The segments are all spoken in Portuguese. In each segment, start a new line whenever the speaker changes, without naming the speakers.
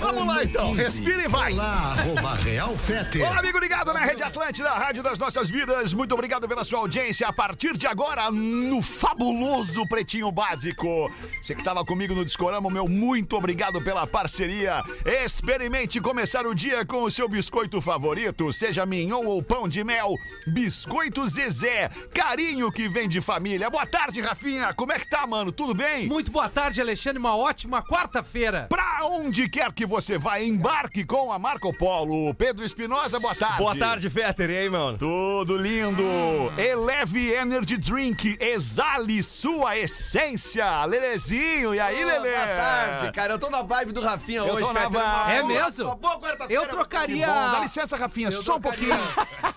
Vamos lá então, respira e vai.
Olá, arroba Real Fete.
Olá, amigo ligado na Rede Atlântida, a Rádio das Nossas Vidas. Muito obrigado pela sua audiência. A partir de agora, no fabuloso Pretinho Básico. Você que estava comigo no Discorama, meu muito obrigado pela parceria. Experimente começar o dia com o seu biscoito favorito, seja mignon ou pão de mel. Biscoito Zezé, carinho que vem de família. Boa tarde, Rafinha. Como é que tá, mano? Tudo bem?
Muito boa tarde, Alexandre. Uma ótima quarta-feira.
Pra onde quer que você vá, embarque com a Marco Polo. Pedro Espinosa, boa tarde.
Boa tarde, Fetter. E aí, mano?
Tudo lindo. Eleve Energy Drink, exale sua essência. Lelezinho, e aí, Lele?
Boa tarde, cara. Eu tô na vibe do Rafinha
Eu
hoje,
tô na
Fetter. Uma
vibe.
É
boa-
mesmo?
Uma boa quarta-feira.
Eu trocaria.
tá Dá licença, Rafinha, só um pouquinho.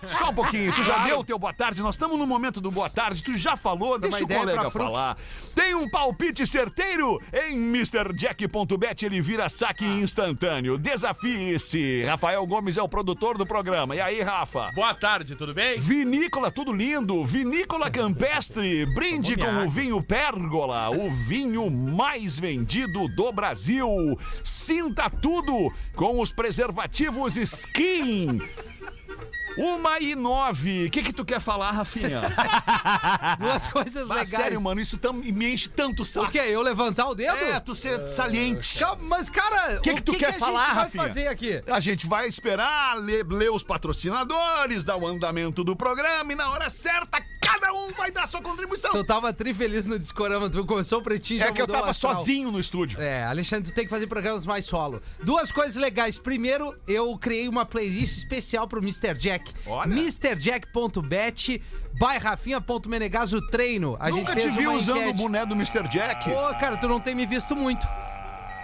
Só um pouquinho. Tu já deu o teu boa tarde. Nós estamos no momento do boa tarde. Tu já falou, deixa o
ideia
colega
pra fruta.
falar. Tem um palpite certeiro em MrJack.bet. Ele vira saque instantâneo. Desafie-se. Rafael Gomes é o produtor do programa. E aí, Rafa?
Boa tarde, tudo bem?
Vinícola, tudo lindo. Vinícola Campestre. Brinde
Tomou
com
minha
o
água.
vinho Pérgola, o vinho mais vendido do Brasil. Sinta tudo com os preservativos Skin. Uma e nove. O que que tu quer falar, Rafinha?
Duas coisas
Ah,
legais.
sério, mano, isso tam- me enche tanto o
O
saco.
quê? Eu levantar o dedo?
É, tu ser saliente.
Calma, Mas, cara,
Que que
o
tu
que,
quer
a
falar,
gente
Rafinha?
vai fazer aqui?
A gente vai esperar ler, ler os patrocinadores, dar o andamento do programa e na hora certa cada um vai dar sua contribuição.
Tu tava tri feliz no Discorama, tu começou o pretinho já
É que eu
mudou o
tava
astral.
sozinho no estúdio.
É, Alexandre, tu tem que fazer programas mais solo. Duas coisas legais. Primeiro, eu criei uma playlist especial pro Mr. Jack.
Olha.
MrJack.bet, by Rafinha.menegaso treino. A
Nunca
gente
te
fez
vi
uma
usando o
enquete.
boné do Mr. Jack.
Ô, cara, tu não tem me visto muito.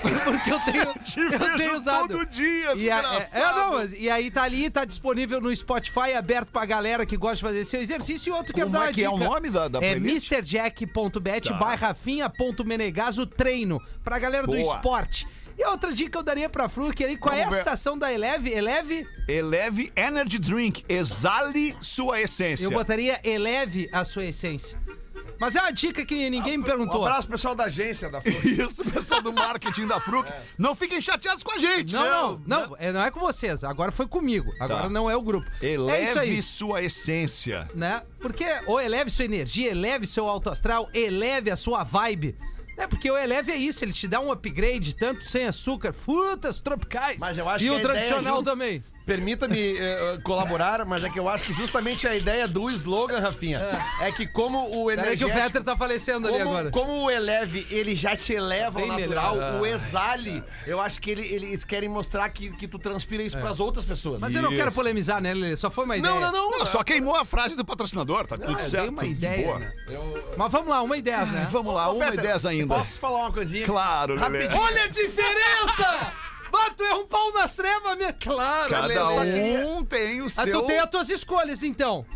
Porque eu tenho,
Te
eu
vejo
tenho usado.
todo dia,
E, a- é,
desgraçado.
é, não, mas- e aí tá ali, tá disponível no Spotify, aberto pra galera que gosta de fazer seu exercício. E outro que
Como
dar
é
uma
que é o
dica.
nome da- da
É
playlist? Tá.
mrjack.bet barra rafinha.menegaso treino pra galera do
Boa.
esporte. E outra dica que eu daria pra Fru, que aí qual é a
Vamos ver.
estação da Eleve? Eleve?
Eleve Energy Drink. Exale sua essência.
Eu botaria Eleve a sua essência. Mas é uma dica que ninguém
Ah,
me
Um
perguntou.
abraço pro pessoal da agência da Flor.
Isso, pessoal do marketing da Fruc. Não fiquem chateados com a gente.
É. Não, não, não, é- não é com vocês. Agora foi comigo. Agora
Tá.
não é o grupo. é isso
Eleve
aí.
sua essência.
Né? Porque ou eleve sua energia, eleve seu alto astral, eleve a sua vibe. Né? Porque o eleve é isso, ele te dá um upgrade, tanto sem açúcar, frutas tropicais.
Mas eu acho
e
que
o
a ideia
tradicional
ju-
também.
Permita-me eh, eh, colaborar, mas é que eu acho que justamente a ideia do slogan, Rafinha, é que como o
Peraí que o
energético...
Vetter tá falecendo ali
Como,
agora.
como o Eleve, ele já te eleva ao
Bem
natural,
melhor. Ah.
o Exale, eu acho que ele- eles querem mostrar que, que tu transpira isso pras outras pessoas.
É. Mas eu não quero
Isso.
polemizar, né, Lelê? Só foi uma ideia.
não, não, não,
Não, só queimou a frase do patrocinador, tá
Ah,
tudo
eu
certo.
dei uma
de
ideia.
boa. Ah,
né? Mas vamos lá, uma e dez, né?
Vamos lá,
Ô,
uma e
Feta,
dez ainda.
Posso falar uma coisinha? tá,
Claro, Lelê.
Rapidinho.
Olha a diferença! Bato é um pau nas trevas, minha. Claro, Lelê.
Cada
só que-
um tem o
Ah,
seu...
tu tem as tuas escolhas, então.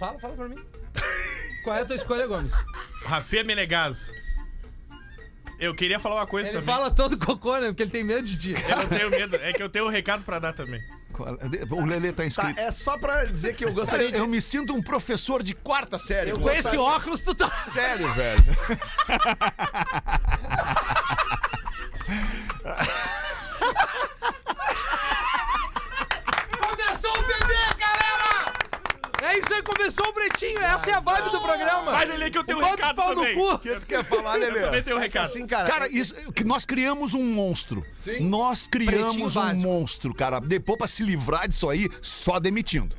Fala, fala pra mim. Qual é a tua escolha, Gomes?
Rafinha Menegas. Eu queria falar uma coisa
Ele
também.
fala todo cocô, né? Porque ele tem medo de ti.
Eu não tenho medo. É que eu tenho um recado pra dar também.
O Lelê tá
Tá,
inscrito.
é só pra dizer que eu
Tá, é,
gostaria de...
Eu me sinto um professor de quarta série.
Eu
Com esse óculos, tu tá.
Sério, velho.
Começou o bebê, galera! É isso aí, começou o pretinho. Essa é a vibe do programa.
Vai, Lelê, que eu tenho um
Bota o
recado
pau
também.
no cu.
que tu quer falar, Lelê?
Eu também tenho um recado.
Assim, cara,
Cara, isso- que nós criamos um monstro. Nós
Pretinho
criamos um
básico.
monstro, cara. Depois, pra se livrar disso aí, só demitindo.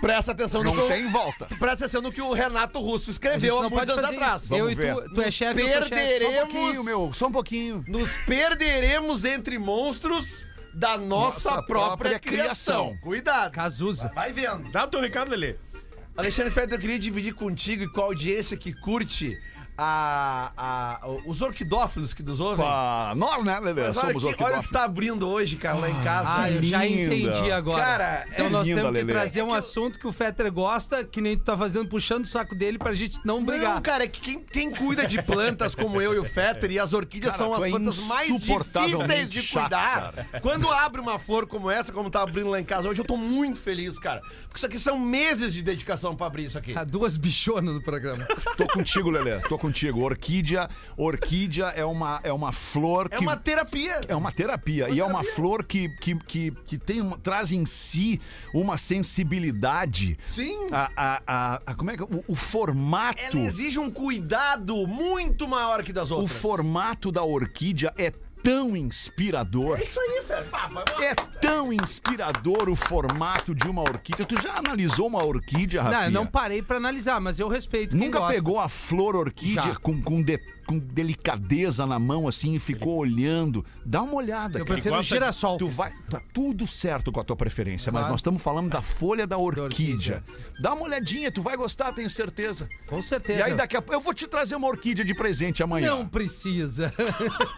presta atenção no que
Não
eu-
tem volta.
Presta atenção no que o Renato Russo
A gente
escreveu há
não pode
muitos anos
fazer
atrás.
isso. Eu
Vamos
e
ver.
tu, tu é chefe, eu sou
Só
chefe.
um
Perderemos.
pouquinho, meu. Só um pouquinho.
Nos perderemos entre monstros da nossa,
Nossa
própria,
própria
criação.
criação.
Cuidado.
Cazuza.
Vai vendo.
Dá o teu recado, Lelê.
Alexandre Feta, eu queria dividir contigo e com a audiência que curte a, a- os orquidófilos que nos ouvem.
Pá, nós, né, Lelê?
Mas olha,
Somos
que, olha o que
orquidófilos.
tá abrindo hoje, cara, lá em casa.
Ah, eu já
linda.
entendi agora.
Cara,
então
é
nós
linda,
temos que
Lelê.
trazer
É
um
que eu-
assunto que o Fetter gosta, que nem tu tá fazendo, puxando o saco dele pra gente não brigar.
Não, cara, é que quem, quem cuida de plantas como eu e o Fetter, e as orquídeas
Cara,
são
tu
as
é
plantas mais
insuportavelmente
difíceis de
chato,
cuidar.
cara.
Quando abre uma flor como essa, como tá abrindo lá em casa hoje, eu tô muito feliz, cara. Porque isso aqui são meses de dedicação pra abrir isso aqui.
Ah, Duas Tá bichonas no programa.
Tô contigo, Lelê. Tô contigo. Orquídea, orquídea é uma, é uma flor que.
É uma terapia.
É uma terapia. e é uma flor que, que, que, que tem, uma- traz em si uma sensibilidade.
Sim.
A, a, a, a- como é que é? o, o formato.
Ela exige um cuidado muito maior que das
O
outras.
formato da orquídea é tão inspirador.
É isso aí, velho. Pá, pá, pá.
É tão inspirador o formato de uma orquídea. Tu já analisou uma orquídea,
Não,
Rafinha?
eu não parei pra analisar, mas eu respeito quem
Tá, Nunca
gosta.
pegou a flor orquídea
Já.
com, com, de- com delicadeza na mão, assim, e ficou olhando. Dá uma olhada,
Eu
cara.
prefiro o
gosta de
girassol.
Tu vai. Tá tudo certo com a tua preferência, mas
Claro.
nós estamos falando da folha da orquídea.
orquídea.
Dá uma olhadinha, tu vai gostar, tenho certeza.
Com certeza.
E aí daqui a pouco. Eu vou te trazer uma orquídea de presente amanhã.
Não precisa.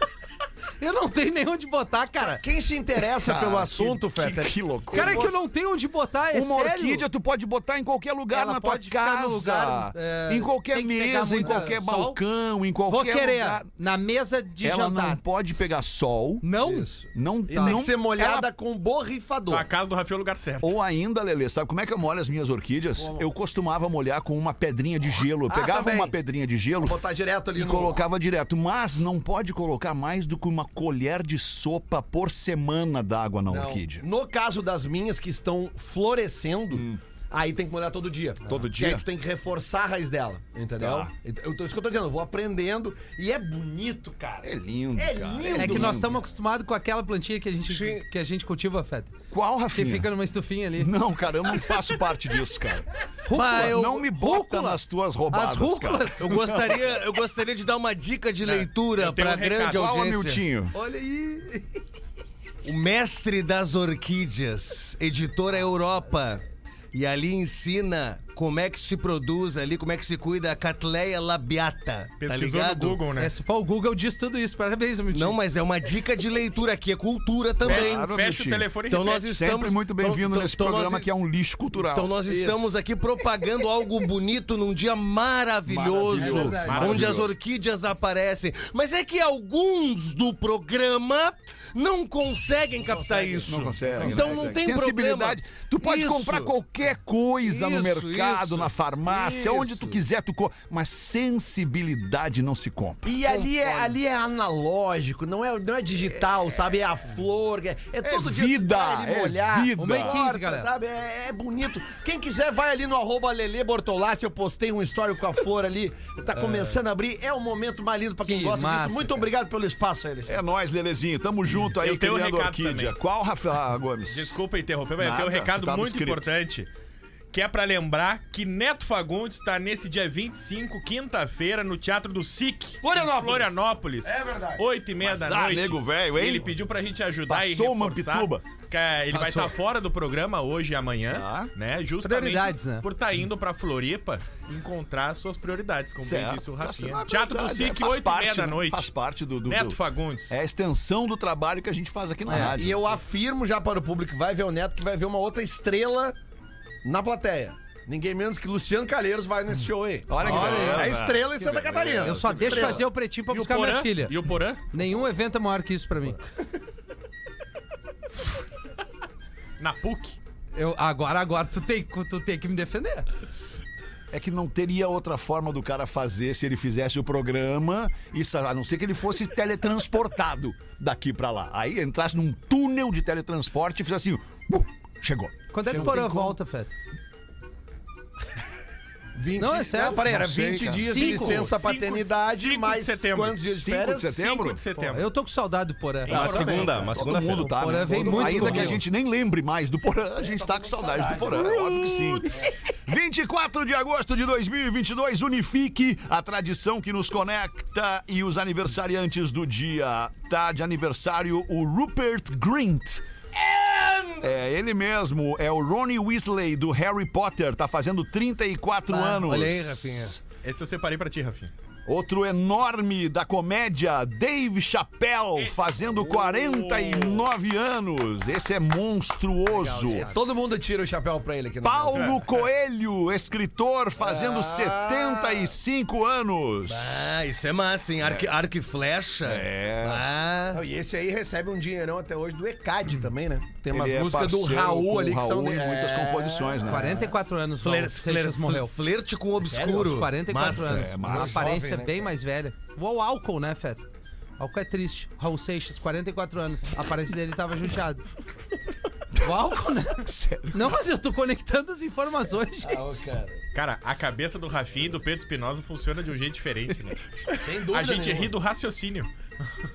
eu não tenho nem onde botar, cara.
Quem se
é
interessa pelo assunto, Fetter?
que loucura.
Cara, é que eu não tenho onde botar, é
Uma
sério.
orquídea tu pode botar em qualquer lugar
Ela
na tua
pode ficar
casa,
no lugar, é,
em qualquer
tem que pegar
mesa, em
muita
qualquer
sol.
balcão, em
Vou
qualquer
querer,
lugar.
na mesa de
Ela não
jantar.
pode pegar sol,
Não?
não,
é E
Tá. não Tá,
tem que ser molhada
ela-
com borrifador.
A casa do Rafael é o lugar certo.
tá
Ou ainda, Lelê, sabe como é que eu molho as minhas orquídeas? Eu costumava molhar com uma pedrinha de gelo. Eu
Ah,
pegava
também.
uma pedrinha de gelo
Botar direto ali
e
no...
colocava direto. Mas não pode colocar mais do que uma colher de sopa por semana d'água na
Não.
orquídea.
No caso das minhas que estão florescendo,
Hum.
aí tem que molhar todo dia.
Todo
Porque
dia?
Aí tu tem que reforçar a raiz dela, entendeu?
Tá.
Então, Eu, tô- isso que eu tô dizendo, eu vou aprendendo. E é bonito, cara.
É lindo,
É
cara.
lindo.
É que
Lindo.
nós estamos acostumados com aquela plantinha que a
Sim.
gente, que a gente cultiva, Feta.
Qual,
Que
Rafinha?
fica numa estufinha ali.
Não, cara, eu não faço parte disso, cara.
Ah,
Rúcula.
eu- Não me bota nas tuas roubadas,
As rúculas.
Eu gostaria, eu gostaria de dar uma dica de leitura
eu tenho
pra
um
grande
recado.
Qual,
audiência.
Hamiltinho?
Olha aí.
O Mestre das Orquídeas, editora Europa. E ali ensina como é que se produz ali, como é que se cuida a Catleya labiata. Tá
Pesquisou no
ligado?
Google,
É,
né?
Esse, pô, É, o Google diz tudo isso. Parabéns, Amiltinho.
Não, mas é uma dica de leitura aqui, é cultura também.
Fecha, fecha o
Claro,
telefone e
Então nós
repete.
estamos.
Sempre muito bem-vindo
então-
nesse
então
programa
nós-
que é um lixo cultural.
Então nós estamos aqui propagando algo bonito num dia maravilhoso,
Maravilhoso,
onde
maravilhoso.
as orquídeas aparecem. Mas é que alguns do programa não conseguem captar isso.
Não consegue.
Então
né?
não
Consegue.
tem
Sensibilidade.
problema.
Tu pode
Isso.
comprar qualquer coisa no
Isso,
mercado,
isso.
na farmácia,
Isso.
onde tu quiser, tu compra. Mas sensibilidade não se compra.
E ali é, ali é analógico, não é, não é digital, sabe? É a flor, é, é todo dia.
vida, é vida.
Uma e quinze,
Corta,
galera.
Sabe? É, é bonito. Quem quiser, vai ali no arroba Lelê Bortolassi. Eu postei um story com a flor ali. Tá começando a abrir. É o momento mais lindo pra quem
Que
gosta
massa,
disso. Muito
cara.
obrigado pelo espaço aí, Alexandre.
É nóis, Lelezinho. Tamo junto aí,
Eu tenho um
criando
recado
orquídea.
também.
Qual, Rafa Gomes?
Desculpa interromper, mas
Nada, tá
eu tenho um recado
tava
muito
escrito.
importante. Que é pra lembrar que Neto Fagundes está nesse dia 25, quinta-feira, no Teatro do SIC. Florianópolis. Florianópolis. É verdade. Oito e meia da
ah,
noite.
nego velho, hein?
Ele pediu pra gente ajudar
Passou
e
uma
reforçar.
pituba.
que, é, ele vai estar
Passou.
fora do programa hoje e amanhã,
Tá.
né? Justamente
Prioridades, né?
por estar indo pra Floripa encontrar suas prioridades, como bem
Certo.
disse o
Tá
Rafinha.
certo.
Teatro do
Verdade, é,
SIC,
faz
oito e meia
parte,
da
né?
noite.
Faz parte do... do-
Neto
do-
Fagundes.
É a extensão do trabalho que a gente faz aqui na
É,
rádio.
E eu afirmo já para o público que vai ver o Neto que vai ver uma outra estrela na plateia. Ninguém menos que Luciano Calheiros vai nesse show aí.
Olha que
Olha,
beleza.
É a estrela em Santa Catarina.
Eu só deixo
Estrela.
fazer o pretinho pra
E o
buscar minha
Porã?
filha.
E o Porã?
Nenhum evento é maior que isso pra mim.
Na PUC.
Eu, agora, agora, tu tem, que- tu tem que me defender.
É que não teria outra forma do cara fazer se ele fizesse o programa, e, sa- a não ser que ele fosse teletransportado daqui pra lá. Aí entrasse num túnel de teletransporte e fizesse assim, bum, chegou.
Quando é que o Porã volta, Feta?
20,
Não, é sério.
Ah, peraí, era
Não sei,
20
cara.
dias de
Cinco.
licença
Cinco de-
paternidade,
cinco de
mais
setembro.
quantos dias de
5 de
férias?
setembro?
5 de setembro.
Eu tô com saudade do Porã.
Na segunda, uma
Todo
segunda-feira.
mundo tá.
O Porã
né?
vem
Todo-
muito
Ainda que a
comigo.
gente nem lembre mais do Porã, a gente tá com saudade do Porã. é Óbvio que sim. 24 de agosto de 2022, unifique a tradição que nos conecta e os aniversariantes do dia. Tá de aniversário o Rupert Grint. É, ele mesmo, é o Ronnie Weasley do Harry Potter, tá fazendo 34
Ah,
anos.
olha aí, Rafinha.
Esse eu separei pra ti, Rafinha.
Outro enorme da comédia, Dave Chappelle,
é
fazendo 49 anos. Esse é monstruoso.
é
Todo mundo tira o chapéu pra ele aqui. no
Paulo Coelho, escritor, fazendo
Ah.
75 anos.
Ah, isso é massa, hein? Arque, Arco e flecha.
É.
Ah.
Não, e esse aí recebe um dinheirão até hoje do ECAD também, né? Tem umas
Ele é
músicas do
parceiro
Raul
com
ali
o
que
Raul
são
em muitas
É.
composições, né?
44 anos,
Fler,
Fler,
fler,
Seixas morreu.
Flerte com o
Sério? Aos
obscuro.
44
Massa.
anos.
é
uma
massa. né?
aparência
Jovem,
é bem mais velha. O álcool, né, Feta? Álcool é triste. Raul Seixas, 44 anos. A aparência dele tava judiado. O álcool, né? Não, mas eu tô conectando as informações, gente.
Ah,
Cara, a cabeça do Rafinha e do Pedro Espinosa funciona de um jeito diferente, né?
Sem
A gente ri do raciocínio.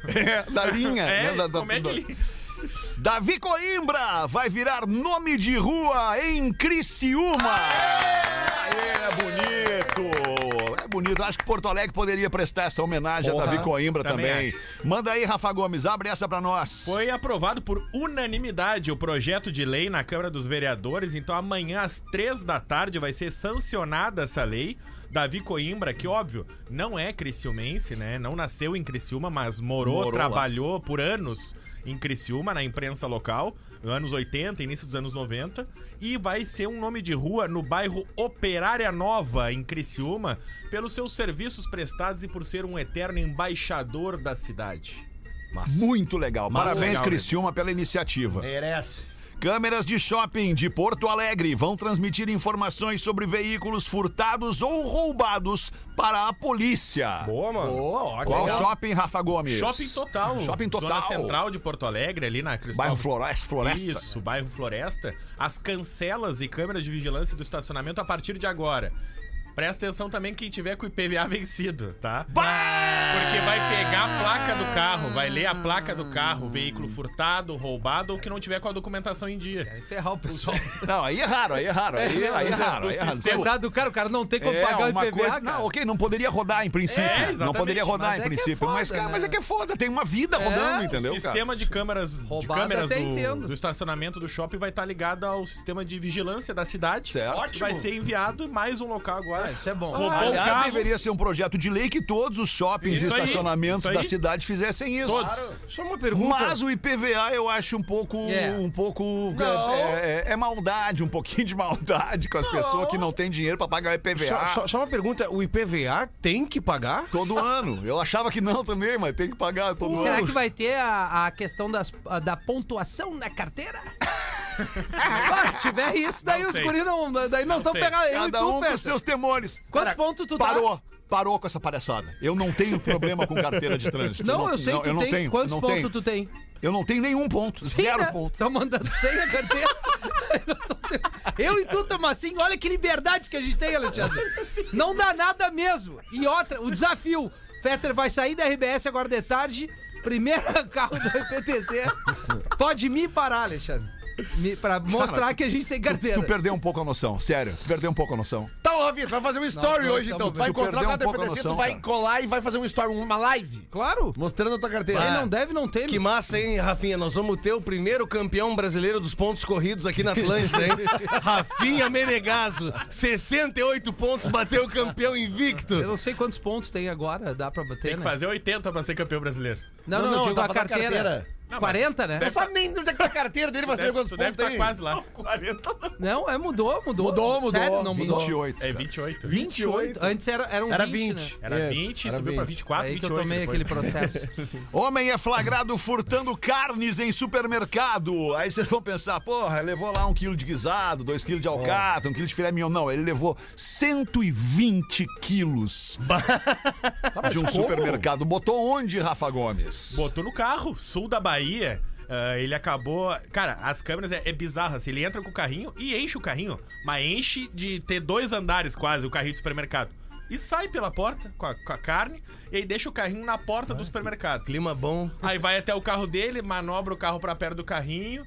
É, da linha.
É,
né, da- da-
como é que
da-
ele...
Davi Coimbra vai virar nome de rua em Criciúma. Aê, é bonito. É bonito. Acho que Porto Alegre poderia prestar essa homenagem a
Porra,
Davi Coimbra
também
também. Manda aí, Rafa Gomes, abre essa pra nós.
Foi aprovado por unanimidade o projeto de lei na Câmara dos Vereadores, então amanhã às três da tarde vai ser sancionada essa lei. Davi Coimbra, que óbvio, não é criciumense, né? Não nasceu em Criciúma, mas morou,
Morou lá.
trabalhou por anos em Criciúma, na imprensa local, anos 80, início dos anos 90, e vai ser um nome de rua no bairro Operária Nova, em Criciúma, pelos seus serviços prestados e por ser um eterno embaixador da cidade.
Muito legal.
Massa,
Parabéns,
legal,
Criciúma, pela iniciativa.
Merece.
Câmeras de shopping de Porto Alegre vão transmitir informações sobre veículos furtados ou roubados para a polícia.
Boa, mano.
Boa, ótimo.
Qual
Legal.
shopping, Rafa Gomes?
Shopping total.
Shopping total.
Zona central de Porto Alegre, ali na Cristóvão.
Bairro Floresta. Floresta.
Isso, bairro Floresta. As cancelas e câmeras de vigilância do estacionamento a partir de agora. Presta atenção também quem tiver com o IPVA vencido, tá? Porque vai pegar a placa do carro, vai ler a placa do carro, veículo furtado, roubado ou que não tiver com a documentação em dia.
Aí ferrar o pessoal.
Não, aí é raro, aí é raro. Aí, aí é raro. Aí é raro.
Coitado do cara, o cara não tem como
É,
pagar o
uma
IPVA,
coisa-
cara.
Não, ok, não poderia rodar em princípio.
É,
não
exatamente,
poderia rodar em
mas é que é
princípio. mas,
foda,
cara, mas é
né?
que é foda, tem uma vida
É,
rodando, entendeu,
o
cara?
um sistema de câmeras, de
Roubado
câmeras
até entendo.
do, do estacionamento do shopping vai estar ligado ao sistema de vigilância da cidade.
Certo.
Que Vai ser enviado mais um local agora.
Ah, isso é bom.
Roubou
Ah,
o
Aliás,
carro,
deveria ser um projeto de lei que todos os shoppings
Isso
e
aí,
estacionamentos
isso aí.
da cidade fizessem isso.
Todos.
Só uma pergunta.
Mas o IPVA eu acho um pouco.
É.
Um pouco. É, é- é maldade, um pouquinho de maldade com as pessoas que não têm dinheiro pra pagar o IPVA.
Só, só- só uma pergunta, o IPVA tem que pagar?
Todo ano. Eu achava que não também, mas tem que pagar todo ano.
Será que vai ter a, a questão das, a- da pontuação na carteira? Agora, se tiver isso, daí
Não
os
sei.
guris não. Daí nós
Não
vamos
sei.
pegar eu e
Cada
tu,
um com
Festa.
seus temores.
Quantos pontos tu tá? dá?
Parou. Parou com essa palhaçada. Eu não tenho problema com carteira de trânsito.
Não, eu sei que
eu
tu
não
tem.
tenho.
Quantos
não
pontos
tenho.
tu tem?
Eu não tenho nenhum ponto. zero
né?
ponto.
Tá mandando sem a carteira. Eu e tu, Tomassinho, olha que liberdade que a gente tem, Alexandre. Não dá nada mesmo. E outra, o desafio. Fetter vai sair da RBS agora de tarde. Primeiro carro da PTC. Pode me parar, Alexandre. Me, pra mostrar que a gente tem carteira.
Tu perdeu um pouco a noção, sério. Tu perdeu um pouco a noção.
Tá, ô, Rafinha, tu vai fazer um story
nós
hoje,
estamos
então. Tu vai
bem. Tu
encontrar o
perdeu
cara
um
da
pouco a
PTC, tu
noção,
vai
cara.
colar e vai fazer um story, uma live.
Claro.
Mostrando a tua carteira.
ah,
Quem não deve, não teme.
Que massa, hein, Rafinha? Nós vamos ter o primeiro campeão brasileiro dos pontos corridos aqui na Atlântida, hein? Rafinha Menegaso, 68 pontos, bateu o campeão
Eu
invicto.
não sei quantos pontos tem agora, dá pra bater,
Tem
né?
que fazer 80 pra ser campeão brasileiro.
Não, não,
Não,
eu
não,
digo
dá
a
pra dar
carteira.
carteira.
Não,
Quarenta, né?
Não sabe nem onde é que tá a carteira dele, vai saber
Deve,
quantos
tu deve
pontos
tá
estar
tem.
quase lá.
Não, é, mudou, mudou.
Mudou, mudou.
Sério, não mudou.
28.
É 28.
28. Antes era, eram
Era
20,
20.
né?
Era
É,
Isso,
20,
era
subiu pra
20.
24,
É Aí que
28.
eu tomei aquele
depois.
processo.
Homem é flagrado furtando carnes em supermercado. Aí vocês vão pensar, porra, levou lá um quilo de guisado, dois quilos de alcatra, um quilo de filé mignon. Não, ele levou 120 quilos de um supermercado. Botou onde, Rafa Gomes?
Botou no carro, sul da Bahia. ah, ele acabou. Cara, as câmeras é, é bizarra. Assim, ele entra com o carrinho e enche o carrinho, mas enche de ter dois andares quase o carrinho do supermercado. E sai pela porta com a, com a carne e aí deixa o carrinho na porta do supermercado.
Clima bom.
Aí vai até o carro dele, manobra o carro pra perto do carrinho,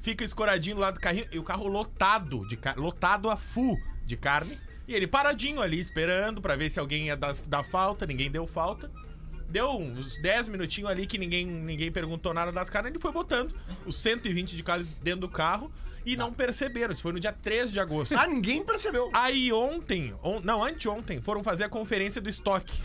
fica escoradinho do lado do carrinho, e o carro lotado, de car- lotado a full de carne. E ele paradinho ali, esperando pra ver se alguém ia dar, dar falta, ninguém deu falta. Deu uns 10 minutinhos ali que ninguém, ninguém perguntou nada das carnes, ele foi botando os 120 de carne dentro do carro e não perceberam. Isso foi no dia 13 de agosto.
Ah, ninguém percebeu.
Aí ontem, on- não, anteontem, foram fazer a conferência do estoque.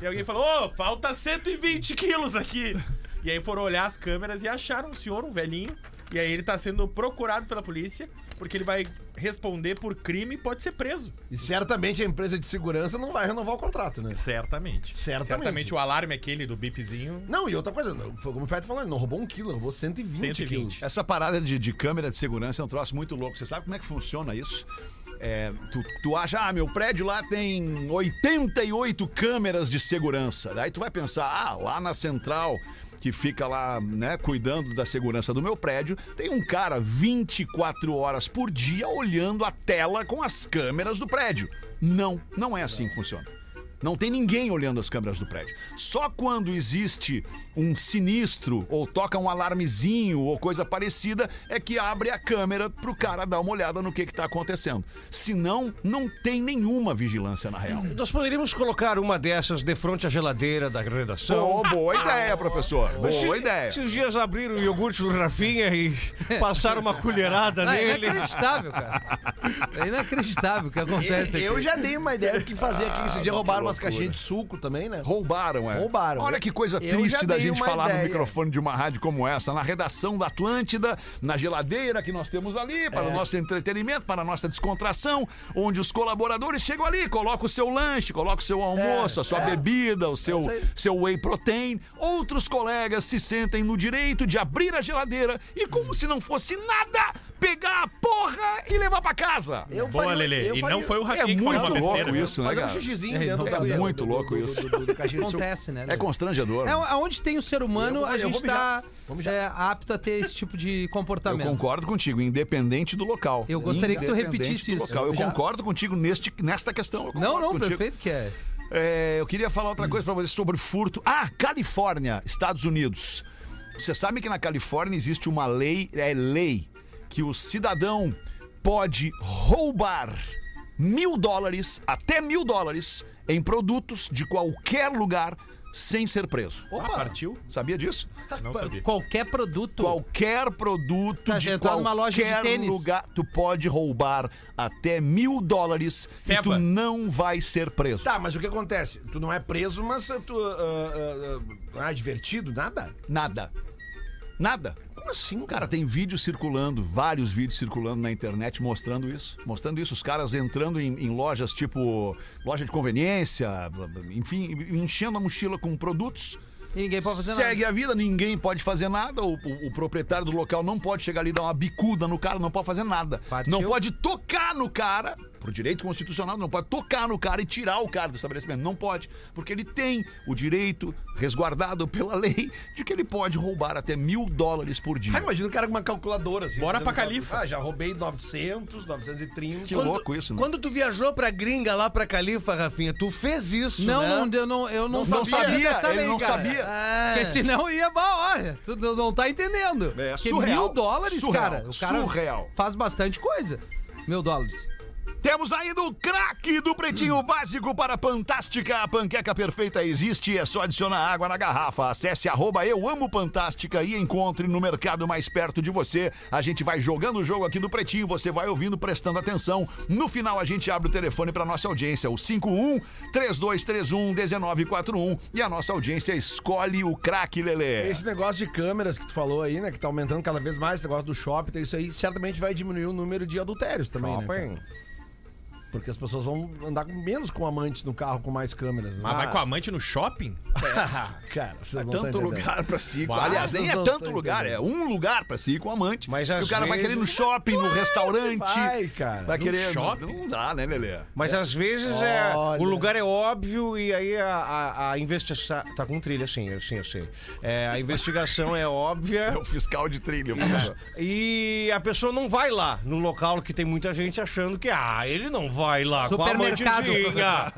e alguém falou: Ô, falta 120 quilos aqui. E aí foram olhar as câmeras e acharam um senhor, um velhinho. E aí ele tá sendo procurado pela polícia, porque ele vai responder por crime e pode ser preso.
E certamente a empresa de segurança não vai renovar o contrato, né?
Certamente.
Certamente.
Certamente o alarme é aquele do bipzinho.
Não, e outra coisa, não, foi como o Feto falou, ele não roubou um quilo, roubou 120,
120.
quilos.
Essa parada de, de câmera de segurança é um troço muito louco. Você sabe como é que funciona isso? é, tu, tu acha, ah, meu prédio lá tem 88 câmeras de segurança. Daí tu vai pensar, ah, lá na central que fica lá, né, cuidando da segurança do meu prédio, tem um cara 24 horas por dia olhando a tela com as câmeras do prédio. Não, não é assim que funciona. Não tem ninguém olhando as câmeras do prédio. Só quando existe um sinistro ou toca um alarmezinho ou coisa parecida é que abre a câmera pro cara dar uma olhada no que que tá acontecendo. Senão, não tem nenhuma vigilância na real.
Nós poderíamos colocar uma dessas de frente à geladeira da redação.
Pô, boa ideia, professor. Boa
Se-
ideia.
Esses dias abriram o iogurte do Rafinha e passaram uma colherada
Ah, é
nele.
inacreditável, cara. É inacreditável o que acontece aqui.
Eu já dei uma ideia do que fazer aqui. Esse dia
Ah,
roubaram umas
loucura.
caixinhas de suco também, né?
Roubaram, é.
Roubaram. né?
Olha que coisa
Eu já
triste da
dei
gente
uma
falar no
ideia.
microfone de uma rádio como essa, na redação da Atlântida, na geladeira que nós temos ali,
É.
para o nosso entretenimento, para a nossa descontração, onde os colaboradores chegam ali, colocam o seu lanche, colocam o seu almoço, a sua bebida, o seu,
É, isso aí.
seu whey protein. Outros colegas se sentem no direito de abrir a geladeira e, como se não fosse nada, pegar a porra e levar para casa.
Eu
Boa,
faria- um
Lelê.
eu
E
faria-
não foi o
É
Rafinha que falou
muito
uma besteira.
louco
né?
isso, né,
Fazer um
cara?
xixizinho
É,
dentro
não,
da
é
muito louco isso.
do- do- do- da caixinha de suco.
Acontece, né?
É constrangedor.
É onde tem o ser humano,
Eu vou-
a
eu vou
gente
mijar.
tá é, apto a ter esse tipo de
Eu
comportamento.
concordo contigo, independente do local.
Eu gostaria que tu
Independente
repetisse
do
isso.
Local. Eu concordo contigo neste, nesta questão. eu
Não,
concordo
não,
contigo.
perfeito que é.
É, eu queria falar outra coisa pra você sobre furto. Ah, Califórnia, Estados Unidos. Você sabe que na Califórnia existe uma lei, é lei, que o cidadão pode roubar mil dólares, até mil dólares, em produtos de qualquer lugar sem ser preso.
Ah, partiu?
Sabia disso?
Não sabia.
Qualquer produto.
Qualquer produto
Tá,
de
gente, tá
qualquer
numa loja de tênis.
lugar, tu pode roubar até mil dólares e
Seba.
tu não vai ser preso.
Tá, mas o que acontece? Tu não é preso, mas tu ah, ah, ah, não é advertido, nada?
Nada. Nada.
Como assim,
Cara,
Hum.
tem vídeos circulando, vários vídeos circulando na internet mostrando isso. Mostrando isso, os caras entrando em, em lojas tipo loja de conveniência, blá, blá, enfim, enchendo a mochila com produtos.
E ninguém pode fazer
Segue a vida, ninguém pode fazer nada. O, o- o proprietário do local não pode chegar ali e dar uma bicuda no cara, não pode fazer nada.
Partiu.
Não pode tocar no cara, por direito constitucional, não pode tocar no cara e tirar o cara do estabelecimento. Não pode, porque ele tem o direito, resguardado pela lei, de que ele pode roubar até mil dólares por dia.
Ah, imagina o cara com uma calculadora assim.
Bora
fazendo
pra
cálculo.
Califa.
Ah, já roubei 900, 930.
Que
Quando-
louco isso, né?
Quando tu viajou pra gringa lá pra Califa, Rafinha, tu fez isso,
Não,
né?
não, eu não, eu não,
Não
sabia,
sabia,
dessa
ele
lei,
não
cara.
sabia.
Ah,
Porque senão ia mal, olha, tu não, não tá entendendo.
É,
Porque
surreal,
mil dólares,
surreal,
cara, o cara
surreal.
faz bastante coisa. Mil dólares.
Temos ainda o craque do pretinho básico para a Fantástica. A panqueca perfeita existe, é só adicionar água na garrafa. Acesse arroba eu amo Fantástica e encontre no mercado mais perto de você. A gente vai jogando o jogo aqui do pretinho, você vai ouvindo, prestando atenção. No final a gente abre o telefone para nossa audiência, o 51 3231 1941. E a nossa audiência escolhe o craque, Lelê.
Esse negócio de câmeras que tu falou aí, né? Que tá aumentando cada vez mais, esse negócio do shopping, isso aí certamente vai diminuir o número de adultérios também, né? cara? Porque as pessoas vão andar com menos com amantes no carro, com mais câmeras. né?
Mas Ah, vai com a amante no shopping?
Cara, vocês
É
não tão
tanto
entendendo.
lugar pra se ir com.
Bah,
Aliás, nem
não
é
tô
tanto
entendendo.
lugar, é um lugar pra se ir com amante.
Mas
e o
às
cara vai
vezes-
querer ir no shopping, no restaurante.
vai, cara.
Vai
No
querer.
shopping?
Não dá, né, Lelê?
Mas às vezes é,
Olha.
o lugar é óbvio e aí a, a, a investigação. Tá com trilha, sim, eu, sim, eu sei. É, a investigação é
É
óbvia.
o fiscal de trilho, cara.
E a pessoa não vai lá no local que tem muita gente achando que, ah, ele não vai lá com a
Supermercado.
mantezinha.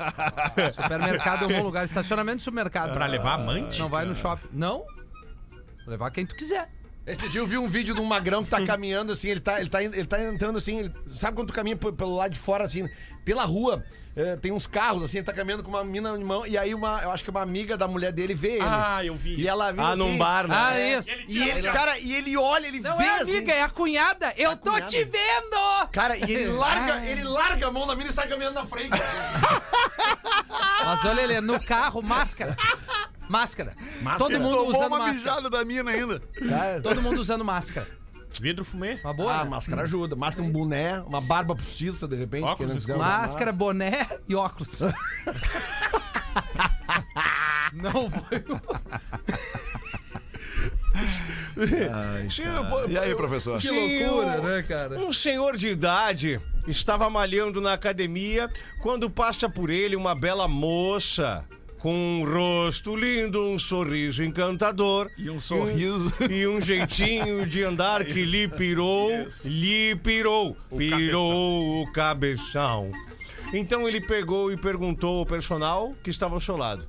Supermercado é um bom lugar, estacionamento de supermercado.
Pra levar amante?
Não vai no shopping. Não. Levar quem tu quiser.
Esse dia eu vi um vídeo de um magrão que tá caminhando assim, ele tá, ele tá, ele tá entrando assim, ele- sabe quando tu caminha pe- pelo lado de fora assim, pela rua, eh, tem uns carros assim, ele tá caminhando com uma mina de mão e aí uma, eu acho que uma amiga da mulher dele vê ele.
Ah, eu vi
E
isso.
ela viu
Ah,
assim,
num bar, né?
Ah, isso.
E ele, cara, e ele olha, ele
Não
vê
é
assim,
amiga, é a cunhada. Eu tô
cunhada.
te vendo!
Cara, e ele larga, ele larga a mão da mina e sai caminhando na frente.
Mas olha, Lelê, no carro, máscara. Máscara. Todo mundo
Tomou
usando
uma
máscara.
mijada da mina ainda.
Todo mundo usando máscara.
Vidro fumê.
Uma boa?
Ah,
né?
máscara ajuda. Máscara, um boné, uma barba postiça, de repente.
Óculos
que ele não quiser usar
Máscara, boné e óculos. Não foi.
Sim, eu-
E aí, professor?
Sim,
loucura,
um-
né, cara?
Um senhor de idade estava malhando na academia quando passa por ele uma bela moça. Com um rosto lindo, um sorriso encantador.
E um sorriso.
E um, e um jeitinho de andar que lhe pirou. Lhe pirou. Pirou o cabeção. Então ele pegou e perguntou ao personal que estava ao seu lado: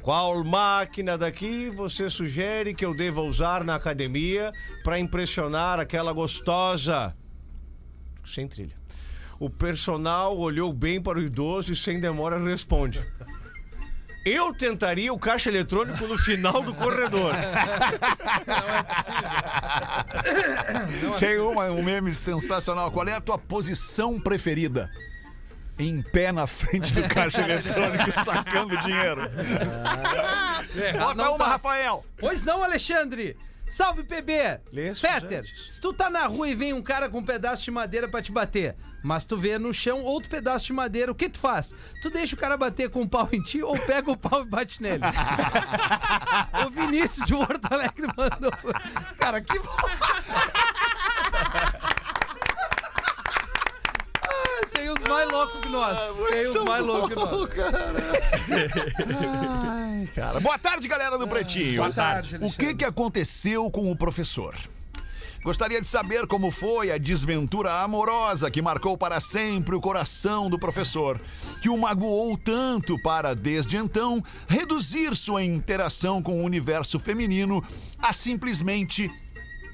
Qual máquina daqui você sugere que eu deva usar na academia para impressionar aquela gostosa? Sem trilha. O personal olhou bem para o idoso e sem demora responde. Eu tentaria o caixa eletrônico no final do corredor.
Tem uma, um meme sensacional. Qual é a tua posição preferida? Em pé na frente do caixa eletrônico, sacando dinheiro.
Errado
Bota
não
uma,
tá.
Rafael.
Pois não, Alexandre? Salve, PB!
Lê,
Fetter,
Suzane.
se tu tá na rua e vem um cara com um pedaço de madeira pra te bater, mas tu vê no chão outro pedaço de madeira, o que tu faz? Tu deixa o cara bater com o pau em ti ou pega o pau e bate nele? o Vinícius de Porto Alegre mandou. Cara, que bom! Ah, Tem os mais loucos que nós.
Ah,
Tem os mais loucos que nós.
Cara, boa tarde, galera do Pretinho.
Ah, Boa tarde,
O que, que aconteceu com o professor? Gostaria de saber como foi a desventura amorosa que marcou para sempre o coração do professor, que o magoou tanto para, desde então, reduzir sua interação com o universo feminino a simplesmente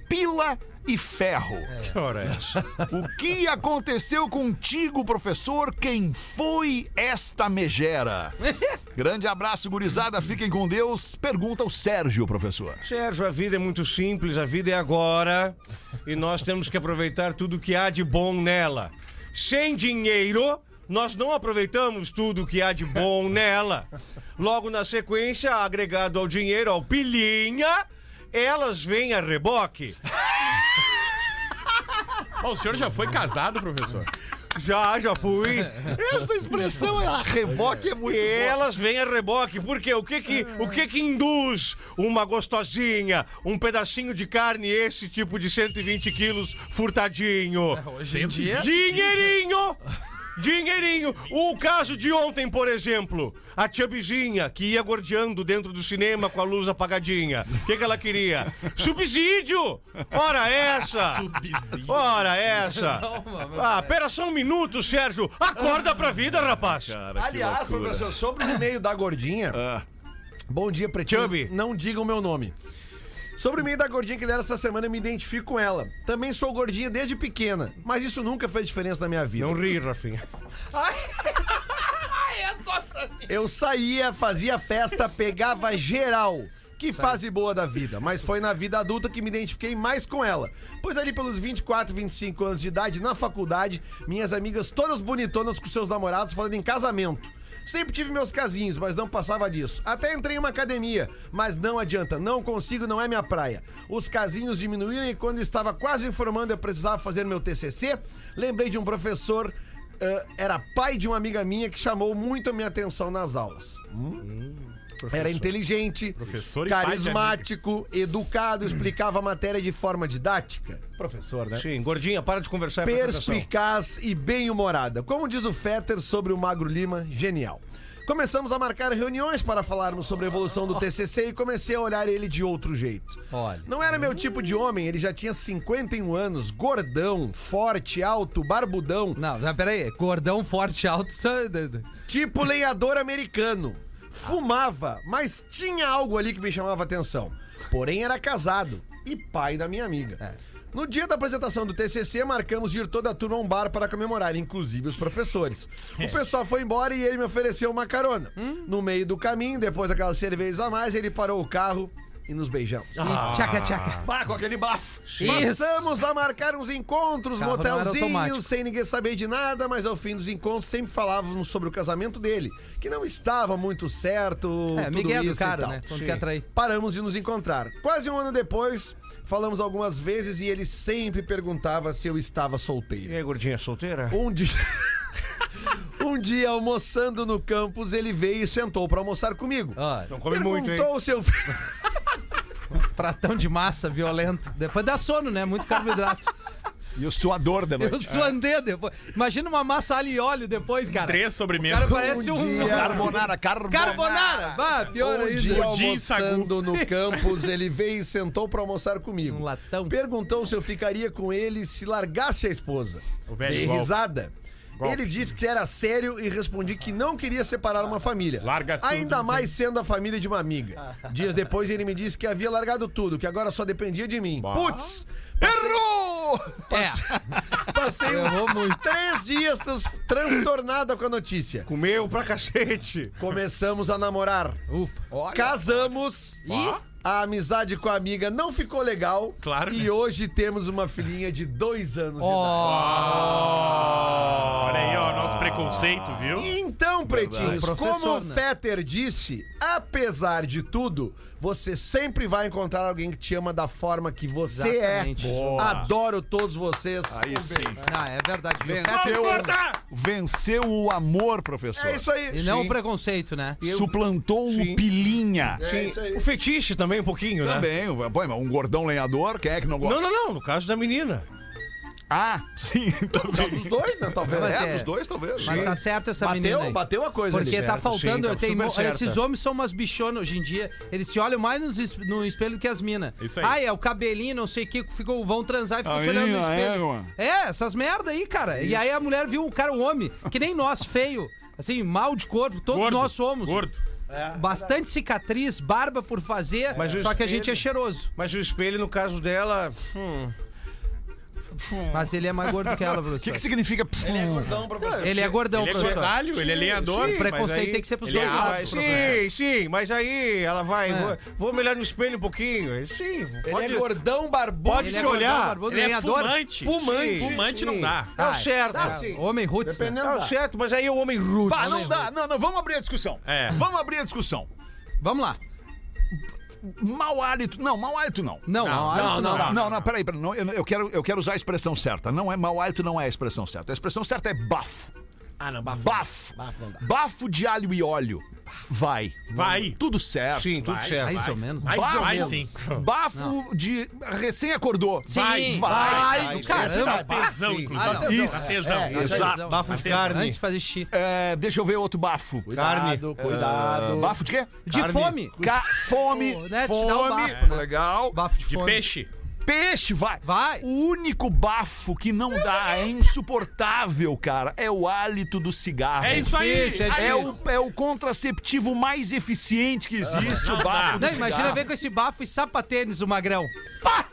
pila e ferro.
É.
Ora, essa.
O que aconteceu contigo, professor? Quem foi esta megera? Grande abraço, gurizada. Fiquem com Deus. Pergunta o Sérgio, professor.
Sérgio, a vida é muito simples, a vida é agora e nós temos que aproveitar tudo que há de bom nela. Sem dinheiro, nós não aproveitamos tudo que há de bom nela. Logo na sequência, agregado ao dinheiro, ao pilinha, elas vêm a reboque.
Ó, o senhor já foi casado, professor?
Já, já fui.
Essa expressão é a reboque é muito
E elas vêm a reboque, porque o que que, o que que induz uma gostosinha, um pedacinho de carne, esse tipo de 120 quilos furtadinho?
É,
Hoje em dia.
Dinheirinho! Dinheirinho! O caso de ontem, por exemplo, a tia Bizinha, que ia gordeando dentro do cinema com a luz apagadinha. O que, que ela queria? Subsídio! Ora essa! Ora essa!
é.
Ah, pera só um minuto, Sérgio! Acorda pra vida, rapaz!
Aliás, professor, sobre o e-mail da gordinha. Bom dia, pretinho.
Chubby.
Não diga o meu nome. Sobre o e-mail da gordinha que deram essa semana, eu me identifico com ela. Também sou gordinha desde pequena, mas isso nunca fez diferença na minha vida.
Não ri, Rafinha.
Eu saía, fazia festa, pegava geral. Que fase boa da vida, mas foi na vida adulta que me identifiquei mais com ela. Pois ali pelos 24, 25 anos de idade, na faculdade, minhas amigas todas bonitonas com seus namorados falando em casamento. Sempre tive meus casinhos, mas não passava disso. Até entrei em uma academia, mas não adianta, não consigo, não é minha praia. Os casinhos diminuíram e quando estava quase formando eu precisava fazer meu TCC, lembrei de um professor ah, era pai de uma amiga minha que chamou muito a minha atenção nas aulas. Hum? Era inteligente,
Hum, Professor e pai de
carismático, educado, explicava a matéria de forma didática. Professor, né?
Sim, gordinha, para de conversar. é apresentação.
Perspicaz e bem-humorada. Como diz o Fetter sobre o Magro Lima, genial. Começamos a marcar reuniões para falarmos sobre a evolução do TCC e comecei a olhar ele de outro jeito.
Olha.
Não era meu tipo de homem, ele já tinha 51 anos, gordão, forte, alto, barbudão,
Não, não, peraí. Gordão forte alto. só- d- d-
Tipo lenhador americano. Fumava, mas tinha algo ali que me chamava atenção. Porém, era casado e pai da minha amiga. No dia da apresentação do TCC, marcamos de ir toda a turma a um bar para comemorar, inclusive os professores. O pessoal foi embora e ele me ofereceu uma carona. No meio do caminho, depois daquelas cervejas a mais, ele parou o carro e nos beijamos.
Ih, Tchaca, tchaca.
Pá, com aquele baço.
Isso.
Passamos a marcar uns encontros,
Carro não era automático.
motelzinhos, sem ninguém saber de nada, mas ao fim dos encontros sempre falávamos sobre o casamento dele, que não estava muito certo.
É,
tudo
Miguel do
isso e
cara,
tal.
né? Quando quer atrair.
Paramos de nos encontrar. Quase um ano depois, falamos algumas vezes e ele sempre perguntava se eu estava solteiro.
E aí, gordinha, solteira?
Um dia. um dia, almoçando no campus, ele veio e sentou para almoçar comigo.
Ó,
Não come muito, hein?
Perguntou se eu.
pratão de massa violento. Depois dá sono, né? Muito carboidrato.
E o suador da
Eu
noite.
suandei depois. Imagina uma massa alho e óleo depois, cara.
Três
O
sobremesas.
cara parece um
Carbonara, carbonara.
carbonara. Bah, pior
Um
ainda. É.
dia
Pudim
almoçando no campus, ele veio e sentou pra almoçar comigo.
Um latão.
Perguntou se eu ficaria com ele se largasse a esposa.
O velho
Dei
golpe.
risada. Ele disse que era sério e respondi que não queria separar uma família.
Larga tudo,
Ainda mais sendo a família de uma amiga. Dias depois ele me disse que havia largado tudo, que agora só dependia de mim. Putz! Errou!
É.
Passei
Errou
uns
muito.
três dias trans- transtornada com a notícia.
Comeu pra cacete.
Começamos a namorar.
Ufa.
Casamos e a amizade com a amiga não ficou legal.
Claro,
E
né?
hoje temos uma filhinha de dois anos
Ó,
Olha aí, ó, nosso preconceito, viu?
de idade. Então, pretinhos,
Professor,
como o
né?
Fetter disse, apesar de tudo, você sempre vai encontrar alguém que te ama da forma que você
Exatamente.
é. Adoro todos vocês.
Aí sim.
não, é verdade. viu?
Venceu, venceu o amor, professor.
É isso aí.
E não o preconceito, né?
Suplantou o pilinha.
É isso aí.
O fetiche também, um pouquinho, né?
Também, pô, mas um gordão lenhador, quem é que não gosta?
Não, não, não. No caso da menina.
Ah, sim,
Os
também.
dois, né? Talvez.
Mas
É,
é.
dos dois, talvez.
Mas tá certo essa menina
Bateu,
aí.
bateu a coisa
Porque
ali.
tá
Certo,
falando,
sim, tá
tem
super
mo-
certa.
esses homens são umas bichonas hoje em dia. Eles se olham mais nos es- no espelho do que as minas.
Isso aí.
Ah, é o cabelinho, não sei o que, ficou, vão transar e ficam
A
se olhando no
mina, é,
espelho.
mano.
É, essas merda aí, cara. E aí a mulher viu o cara, o homem, que nem nós, feio. Assim, mal de corpo, todos
Gordo,
nós somos.
Gordo.
É. Bastante cicatriz, barba por fazer,
Mas o
só que a
espelho-
gente é cheiroso.
Mas o espelho, no caso dela. hum,
Mas ele é mais gordo que ela,
O que,
professor.
que significa?
Ele é gordão,
Ele é
professor.
gordalho, ele é lenhador.
sim,
O
mas
preconceito
aí-
tem que ser pros
ele é
dois
alto, né?
lados.
Sim,
professor.
sim, mas aí ela vai.
É.
Vou, vou melhorar no espelho um pouquinho. Sim, pode,
Ele é gordão, barbudo.
pode
Ele
te
é gordão,
olhar.
barbudo,
Ele é
lenhador.
fumante.
Fumante.
Fumante não dá.
É o
Ah,
certo.
tá. Homem roots. né?
Dependendo
É o
da-
certo, mas aí é o homem rude.
Bah, não dá, não, não, vamos abrir a discussão.
É.
Vamos abrir a discussão.
Vamos lá.
Mau hálito, não, mau hálito não.
Não, não, não, não,
Não, não, peraí, peraí não, eu, eu quero, eu quero usar a expressão certa. Não é mau hálito, não é a expressão certa. A expressão certa é bafo.
Ah, não, bafo.
Bafo.
Bafo não dá.
Bafo de alho e óleo. Vai.
Vai.
Tudo certo.
Sim, tudo
Vai,
certo.
Mais ou menos.
Vai,
Bafo.
vai sim.
Bafo de recém acordou. Vai,
Sim,
vai.
vai,
Tá
Caramba,
Dá tesão, inclusive.
Ah,
Dá
não.
tesão,
Isso.
dá tesão.
É,
Dá
Exato.
tesão. né?
Bafo de carne.
Antes de fazer xixi.
É, deixa eu ver outro bafo.
Cuidado, cuidado.
Ah, bafo de quê?
De fome.
Ca- fome.
Né, te dá um
Fome.
bafo, né?
Legal.
Bafo de,
De
fome.
peixe.
Peixe, vai.
Vai.
O único bafo que não dá, é insuportável, cara, é o hálito do cigarro.
É isso aí.
Isso, é
Aí,
É o, é o contraceptivo mais eficiente que existe, o bafo do
Ah. Não, imagina
cigarro.
ver com esse bafo e sapatênis o magrão. Pá!